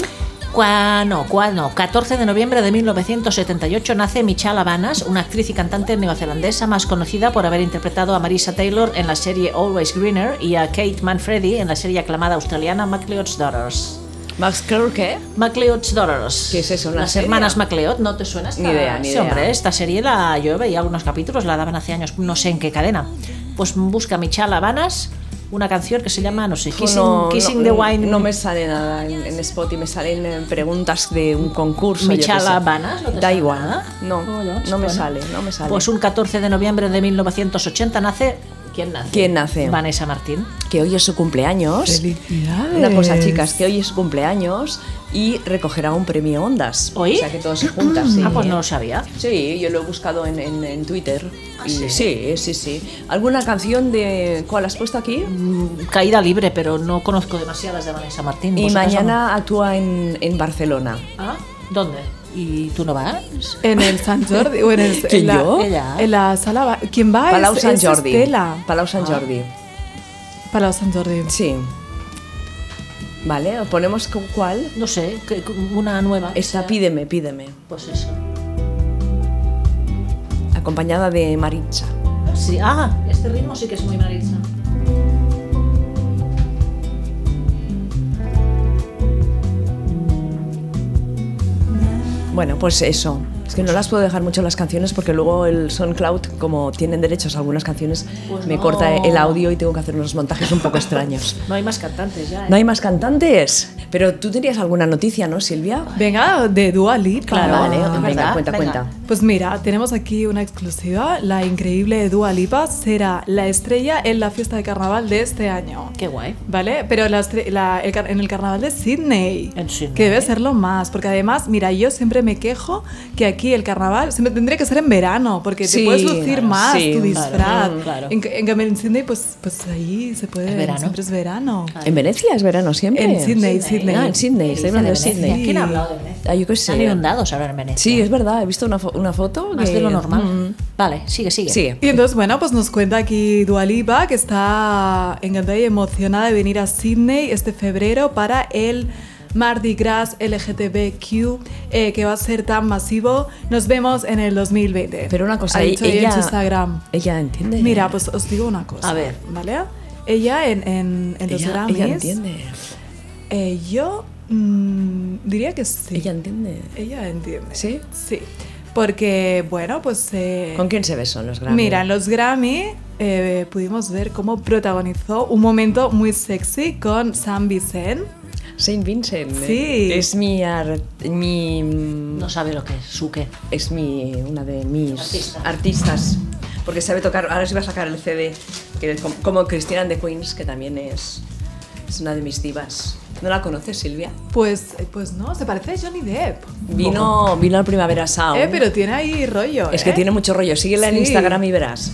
Cua- no, cua- no. 14 de noviembre de 1978 nace Michelle Habanas, una actriz y cantante neozelandesa más conocida por haber interpretado a Marisa Taylor en la serie Always Greener y a Kate Manfredi en la serie aclamada australiana MacLeod's Daughters. Max Kirke. MacLeod's Daughters. ¿Qué es eso, una Las serie? hermanas MacLeod, ¿no te suena esta? Ni idea, ni Sí, idea. hombre, esta serie la yo veía algunos capítulos, la daban hace años, no sé en qué cadena. Pues busca Michelle Habanas una canción que se llama, no sé, Kissing, Kissing the Wine. No me sale nada en, en Spot y me salen eh, preguntas de un concurso. yo qué Michala sé. Habanas, ¿no te Da sale igual. nada? Oh, No, Collons, no me bueno. sale, no me sale. Pues un 14 de noviembre de 1980 nace. ¿Quién nace? ¿Quién nace? Vanessa Martín. que hoy es su cumpleaños. Felicidades. Pues, Una cosa, chicas, que hoy es su cumpleaños y recogerá un premio Ondas. ¿Hoy? O sea que todos se juntan, sí. Ah, pues no lo sabía. Sí, yo lo he buscado en, en- en Twitter. Y- sí? sí, sí, ¿Alguna canción de cuál has puesto aquí? Mm, Caída libre, pero no conozco demasiadas de Vanessa Martín. Y ¿Vosotras mañana actúa en, en Barcelona. no? ¿Ah? ¿Dónde? ¿Y tú no vas? En el San Jordi. O en, el, ¿Quién, en la, yo? Ella. En la sala. ba- ¿Quién va? Palau Ah, es, Sant es Jordi. Estela. Palau Sant Jordi. Palau San Jordi. Sí. Vale, ¿o ponemos con cuál? No sé, que- una nueva. Esta, pídeme, pídeme. Pues eso. Acompañada de Maritza. Sí, ah, este ritmo sí que es muy Maritza. Bueno, pues eso. Es que no las puedo dejar mucho las canciones porque luego el SoundCloud, como tienen derechos a algunas canciones, Pues me no. corta el audio y tengo que hacer unos montajes un poco extraños. No hay más cantantes ya. ¿eh? No hay más cantantes. Pero tú tenías alguna noticia, ¿no, Silvia? Venga, de Dua Lipa. Claro, Ah, vale, es venga, verdad, cuenta, venga. cuenta. Pues mira, tenemos aquí una exclusiva. La increíble Dua Lipa será la estrella en la fiesta de carnaval de este año. Qué guay. ¿Vale? Pero la estre- la- el car- en el carnaval de Sydney. En Sydney. Que debe serlo más. Porque además, mira, yo siempre me quejo que aquí el carnaval siempre tendría que ser en verano. Porque Sí, te puedes lucir claro, más sí, tu claro, disfraz. mm, claro. En, en cambio, en Sydney, pues, pues ahí se puede. Es verano. Siempre es verano. ¿En Venecia es verano siempre? En Sydney, Sydney. Ah, en Sydney, estoy hablando de Venecia. Sydney. ¿Quién ha hablado de Venecia? Ah, yo qué Están sé. inundados ahora en Venecia. Sí, es verdad, he visto una, fo- una foto. Más que- de lo normal. Mm. Vale, sigue, sigue. Sigue. Y entonces, bueno, pues nos cuenta aquí Dualipa que está encantada y emocionada de venir a Sydney este febrero para el Mardi Gras LGTBQ eh, que va a ser tan masivo. Nos vemos en el 2020. Pero una cosa, ha e- dicho ella en ella- su Instagram. Ella entiende. Mira, pues os digo una cosa. A ver. ¿Vale? Ella en, en- en los ella, Grammys. ella entiende. eh, yo mm, diría que sí. Ella entiende. Ella entiende. ¿Sí? Sí. Porque, bueno, pues. eh, ¿Con quién se besó en los Grammy? Mira, en los Grammy eh, pudimos ver cómo protagonizó un momento muy sexy con Sam Vicente. Saint Vincent. Sí. Es mi ar- mi mm, No sabe lo que es, su qué. es mi una de mis Artista. artistas porque sabe tocar. Ahora sí va a sacar el CD que es com- como Christina de Queens que también es es una de mis divas. ¿No la conoces, Silvia? Pues, eh, pues no, se parece a Johnny Depp. Vino vino al Primavera Sound. Eh, pero tiene ahí rollo. es que ¿eh? tiene mucho rollo. Síguela en Sí. Instagram y verás.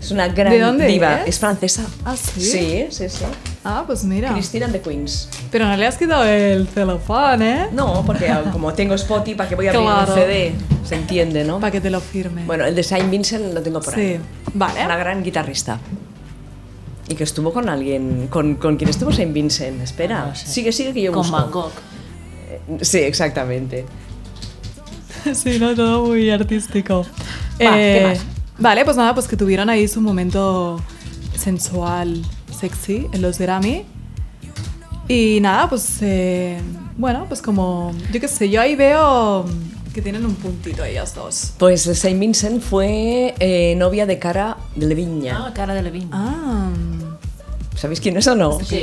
Es una gran ¿De dónde diva. es? Es francesa. Ah, ¿sí? Sí, sí, sí. Ah, pues mira. Christina de Queens. Pero no le has quitado el celofán, ¿eh? No, porque ah, como tengo Spotify, ¿para qué voy a abrir Claro. un CD? Se entiende, ¿no? Para que te lo firme. Bueno, el de Saint Vincent lo tengo por sí. ahí. Una ¿Eh? Vale. gran guitarrista. Y que estuvo con alguien. ¿Con, con quién estuvo Saint Vincent? Espera. Ah, No sé. Sigue, sigue que yo Con busco. Eh, Van Gogh. Sí, exactamente. Sí, no, todo muy artístico. Eh, Va, ¿qué más? Vale, pues nada, pues que tuvieron ahí su momento sensual, sexy en los Grammy. Y nada, pues eh, bueno, pues como yo qué sé, yo ahí veo que tienen un puntito ellas dos. Pues Saint Vincent fue eh, novia de Cara de Leviña. Ah, cara de Levin. Ah, ¿Sabéis quién es o no? Sí.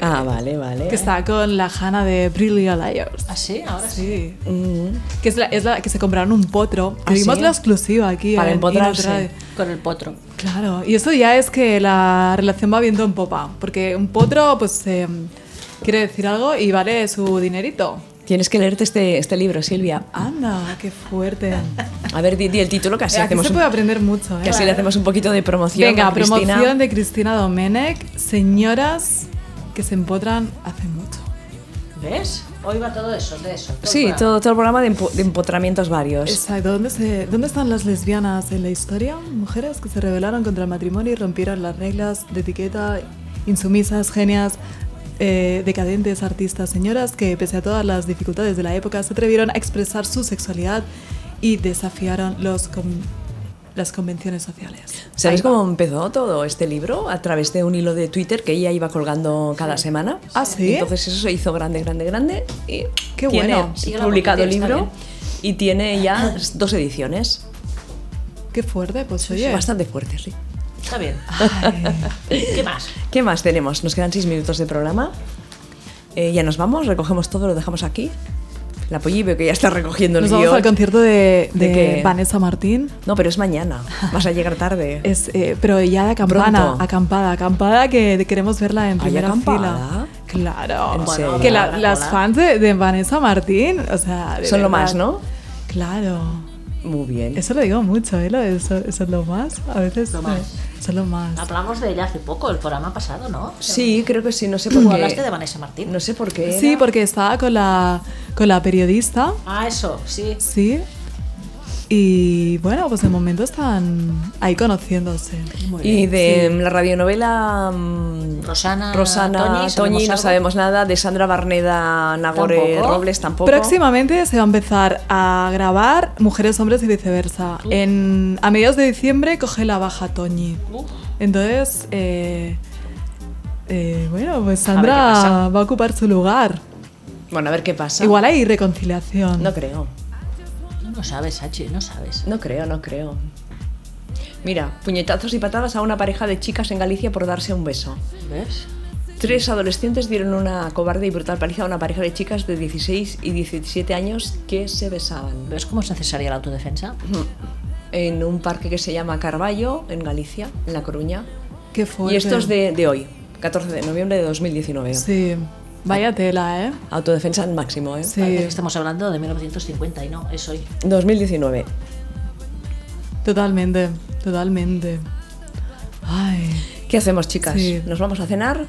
Ah, vale, vale. que está con la Hannah de Brilliant Liars. ¿Ah, sí? Ahora sí. Sí. Mm. Que es la, es la que se compraron un potro. ¿Ah, Que vimos sí? la exclusiva aquí. Para en empotrarse. Inner Radio. Con el potro. Claro, y eso ya es que la relación va viento en em, popa, porque un potro pues eh, quiere decir algo y vale su dinerito. Tienes que leerte este, este libro, Silvia. Anda, qué fuerte. A ver, di, di el título, que así, Aquí hacemos se un, puede aprender mucho, ¿eh? que así le hacemos un poquito de promoción. Venga, con Cristina. promoción de Cristina Domenech, señoras que se empotran hace mucho. ¿Ves? Hoy va todo eso, de eso. todo Sí, el programa. todo, todo el programa de, empo- de empotramientos varios. Exacto, ¿dónde, se- ¿dónde están las lesbianas en la historia? Mujeres que se rebelaron contra el matrimonio y rompieron las reglas de etiqueta, insumisas, genias, eh, decadentes, artistas, señoras que pese a todas las dificultades de la época se atrevieron a expresar su sexualidad y desafiaron los con- las convenciones sociales. ¿Sabes cómo empezó todo este libro? A través de un hilo de Twitter que ella iba colgando cada semana. Ah, ¿sí? Entonces eso se hizo grande, grande, grande. Y Qué tiene bueno. Ah. Sigue la publicado el corriente, está libro y tiene ya dos ediciones. Qué fuerte, pues oye. Bastante fuerte, sí. Está bien. Ay. ¿Qué más? ¿Qué más tenemos? Nos quedan seis minutos de programa. Eh, ya nos vamos, recogemos todo, lo dejamos aquí. La Polly veo que ya está recogiendo el Nos guión. vamos al concierto de, ¿De de qué? Vanessa Martín. No, pero es mañana. Vas a llegar tarde. Es, eh, pero ya de acampana, Pronto. acampada, acampada que de- queremos verla en ¿Hay primera acampada? fila. Claro. ¿En serio? Que la- Hola, las hola. fans de, de Vanessa Martín, o sea, de Son lo verdad. más, ¿no? Claro. Muy bien. Eso lo digo mucho, ¿eh? Lo de eso, eso es lo más. A veces Lo eh, más. eso es lo más. Hablamos de ella hace poco, el programa pasado, ¿no? Sí, creo que sí. No sé Tú por hablaste de qué. Vanessa Martín. No sé por qué. Sí, era. porque estaba con la, con la periodista, Ah, eso, sí. sí. Y bueno, pues de momento están ahí conociéndose. Muy Y de mm, la radionovela mm, Rosana Rosana Toñi, ¿sabemos Toñi, no algo? sabemos nada. De Sandra Barneda Nagore Tampoco. Robles tampoco. Próximamente se va a empezar a grabar Mujeres, Hombres y Viceversa. En, a mediados de diciembre coge la baja Toñi. Uf. Entonces, eh, eh, bueno, pues ver qué Sandra pasa. va a ocupar su lugar. Bueno, a ver qué pasa. Igual hay reconciliación. No creo. No, no sabes, Sachi, no sabes. No creo, no creo. Mira, puñetazos y patadas a una pareja de chicas en Galicia por darse un beso. ¿Ves? Tres adolescentes dieron una cobarde y brutal paliza a una pareja de chicas de 16 y 17 años que se besaban ¿Ves cómo es necesaria la autodefensa? en un parque que se llama Carballo, en Galicia, en La Coruña. Qué fuerte. Y esto es de, de hoy, 14 de noviembre de 2019. Sí. Vaya tela, ¿eh? Autodefensa al máximo, ¿eh? Sí. Parece que estamos hablando de 1950 y no, es hoy. 2019. Totalmente. Totalmente. Ay. ¿Qué hacemos, chicas? Sí. ¿Nos vamos a cenar?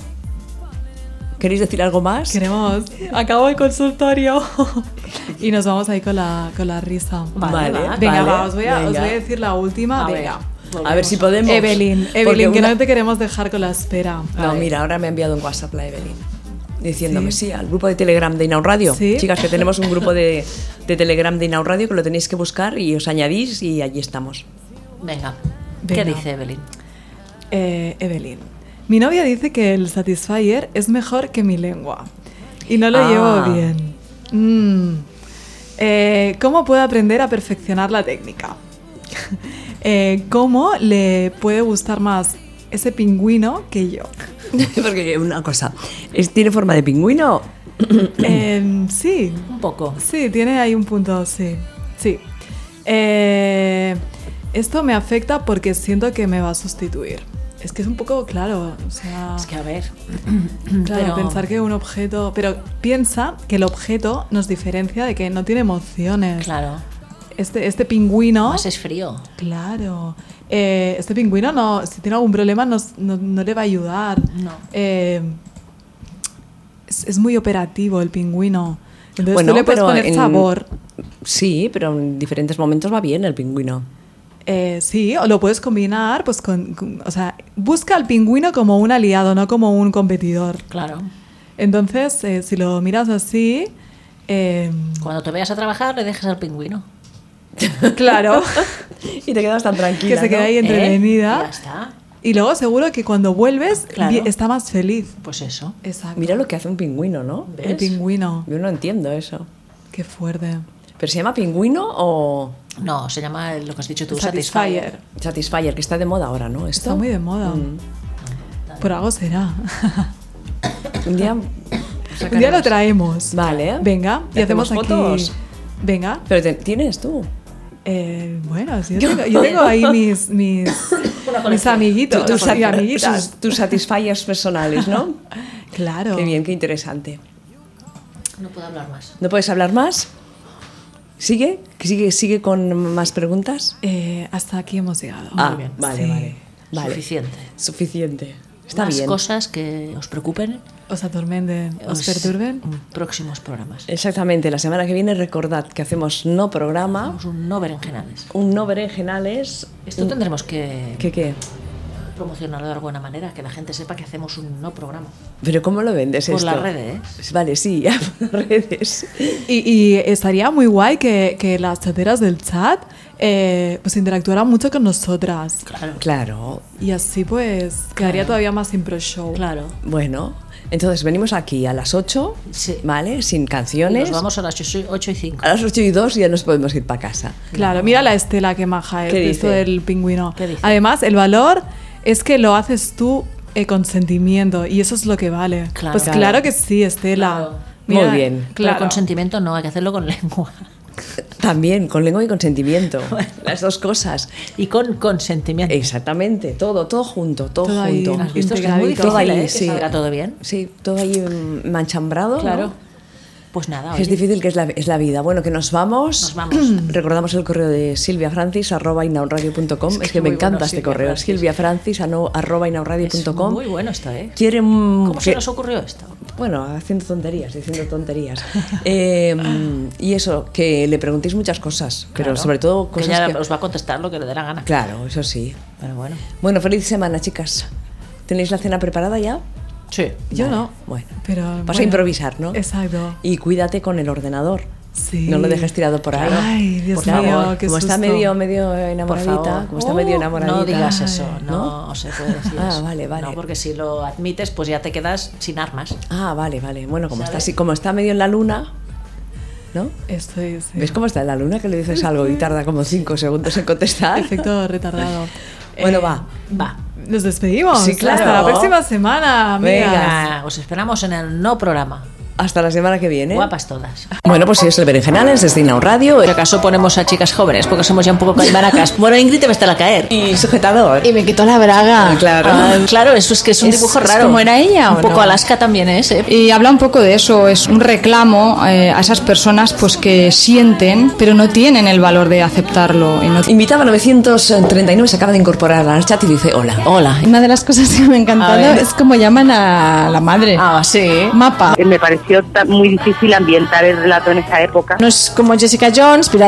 ¿Queréis decir algo más? Queremos. Acabo el consultorio. y nos vamos ahí con la, con la risa. Vale, va. Venga, vale, va, os voy, a, os venga. voy a decir la última. A ver. venga. A ver si podemos. Evelyn, Porque Evelyn, que una- no te queremos dejar con la espera. No, mira, ahora me ha enviado un WhatsApp la Evelyn diciéndome, sí, al grupo de Telegram de Inaun Radio. Sí. Chicas, que tenemos un grupo de, de Telegram de Inaun Radio que lo tenéis que buscar y os añadís y allí estamos. Venga. Venga. ¿Qué dice Evelyn? Eh, Evelyn, mi novia dice que el Satisfyer es mejor que mi lengua y no lo Ah. llevo bien. Mm. Eh, ¿Cómo puedo aprender a perfeccionar la técnica? Eh, ¿Cómo le puede gustar más ese pingüino que yo? Porque una cosa, ¿es- ¿tiene forma de pingüino? Em, sí, Un poco. Sí, tiene ahí un punto, sí. Sí. Eh, esto me afecta porque siento que me va a sustituir. Es que es un poco claro, o sea, Es que a ver. claro, pero- pensar que un objeto, pero piensa que el objeto nos diferencia de que no tiene emociones. Claro. Este, este pingüino, Más es frío. claro, Eh, este pingüino no, si tiene algún problema nos- no, no le va a ayudar. No. Eh, es, es muy operativo el pingüino. Entonces Bueno, tú le puedes pero poner en- sabor. Sí, pero en diferentes momentos va bien el pingüino. Eh, sí, o lo puedes combinar, pues con, con- o sea, busca al pingüino como un aliado, no como un competidor. Claro. Entonces, eh, si lo miras así, eh, Cuando te vayas a trabajar, le dejas al pingüino. claro, Y te quedas tan tranquila. que se queda ahí ¿Eh? entretenida. Ya está. Y luego seguro que cuando vuelves Claro. vi- está más feliz. Pues eso. Exacto. Ah, Mira lo que hace un pingüino, ¿no? ¿Ves? el pingüino, Yo no entiendo eso. qué fuerte. ¿Pero se llama pingüino o No, se llama lo que has dicho tú, Satisfyer. Satisfyer? Que está de moda ahora, ¿no? Esto. Está muy de moda. Mm. Por algo será. Un día. pues un día lo traemos. Vale. Venga, y ¿Le hacemos, hacemos aquí. fotos? Venga, Pero te- tienes tú. Eh, bueno, sí, yo, tengo, yo tengo ahí mis, mis, mis amiguitos Tus- y sat- amiguitas. sus- tus satisfiers personales, ¿no? Claro. Qué bien, qué interesante. No puedo hablar más. ¿No puedes hablar más? ¿Sigue? ¿Sigue, sigue con más preguntas? Eh, hasta aquí hemos llegado. ah, bien. vale, Sí. vale, vale. Suficiente. Suficiente. Está más bien. cosas que os preocupen, Os atormenten, os os- Eh, perturben. en próximos programas. Exactamente, la semana que viene recordad que hacemos no programa, Somos un no berenjenales. un no berenjenales. Esto tendremos que ¿Qué qué? promocionarlo de alguna manera, que la gente sepa que hacemos un no programa. ¿Pero cómo lo vendes Por ¿eh? esto? las redes, Vale, sí, por las redes. Y, y estaría muy guay que, que las chateras del chat eh, pues interactuaran mucho con nosotras. Claro. Claro, Y así pues quedaría todavía más impro show. Claro. bueno, entonces venimos aquí a las 8, Sí. ¿vale? Sin Y canciones. nos vamos a las 8 y 5. A las 8 y 2 ya nos podemos ir para casa. Claro, mira la estela que maja es ¿Qué de esto dice? del pingüino. ¿Qué dice? Además, el valor es que lo haces tú eh, con sentimiento y eso es lo que vale. Claro. pues Claro. claro, que sí, Estela. Claro. Muy bien. Claro. Claro. Pero consentimiento no, hay que hacerlo con lengua. También, con lengua y consentimiento. Las dos cosas. Y con consentimiento. Eh, Exactamente, todo, todo junto, todo, Todo ahí, junto. las Esto es que es muy integradito. difícil, Todo ahí, ¿eh? que sí. salga todo bien. Sí, todo ahí mm, manchambrado. ¿no? Ah, Pues nada, Es oye, difícil que es la, es la vida. Bueno, que nos vamos. Nos vamos. Recordamos el correo de silviafrancis arroba inaunradio.com. Es que, que me muy encanta bueno, este Silvia correo. Francis. Silviafrancis ano- arroba es inaunradio.com. muy bueno esto, ¿eh? Quiere un- ¿Cómo se que- nos ocurrió esto? Bueno, haciendo tonterías, diciendo tonterías. Eh, y eso, que le preguntéis muchas cosas, pero Claro. sobre todo Que cosas ella que- os va a contestar lo que le dé la gana. Claro, eso sí. Pero bueno. Bueno, feliz semana, chicas. ¿Tenéis la cena preparada ya? Sí. Yo Vale, no. Bueno, Pero, vas bueno. a improvisar, ¿no? Exacto. Y cuídate con el ordenador. Sí. No lo dejes tirado por ahí. Ay, Dios Por favor. mío, qué Como está susto. medio, medio Por favor. enamoradita, como está medio Uh, enamoradita. No digas Ay, eso, no, se puede decir Ah, eso. vale, vale. No, porque si lo admites, pues ya te quedas sin armas. Ah, vale, vale. Bueno, como está ¿Sabes? así, como está medio en la luna, ¿no? Estoy, sí. ¿Ves cómo está en la luna? Que le dices algo y tarda como cinco segundos en contestar. Efecto retardado. Bueno, Eh, va. Va. Nos despedimos. Sí, claro. Hasta la próxima semana, amigas. Venga, os esperamos en el no programa. Hasta la semana que viene. Guapas todas. Bueno, pues es el Berenjenales desde Inau Radio. Por acaso ponemos a chicas jóvenes, porque somos ya un poco calmaracas. Bueno, Ingrid te va a estar a caer. Y sujetador. Y me quitó la braga. Claro. Ah, claro, eso es que es un Es- dibujo es raro. como era ella, Un ¿o poco no? Alaska también es, ¿eh? Y habla un poco de eso, es un reclamo eh, a esas personas pues que sienten, pero no tienen el valor de aceptarlo. y no- Invitaba 939, se acaba de incorporar al chat y dice hola. Hola. Una de las cosas que me ha encantado ver. es como llaman a la madre. Ah, sí. Mapa. Me pareció ta- muy difícil ambientar el relato en esa época. No es como Jessica Jones, pero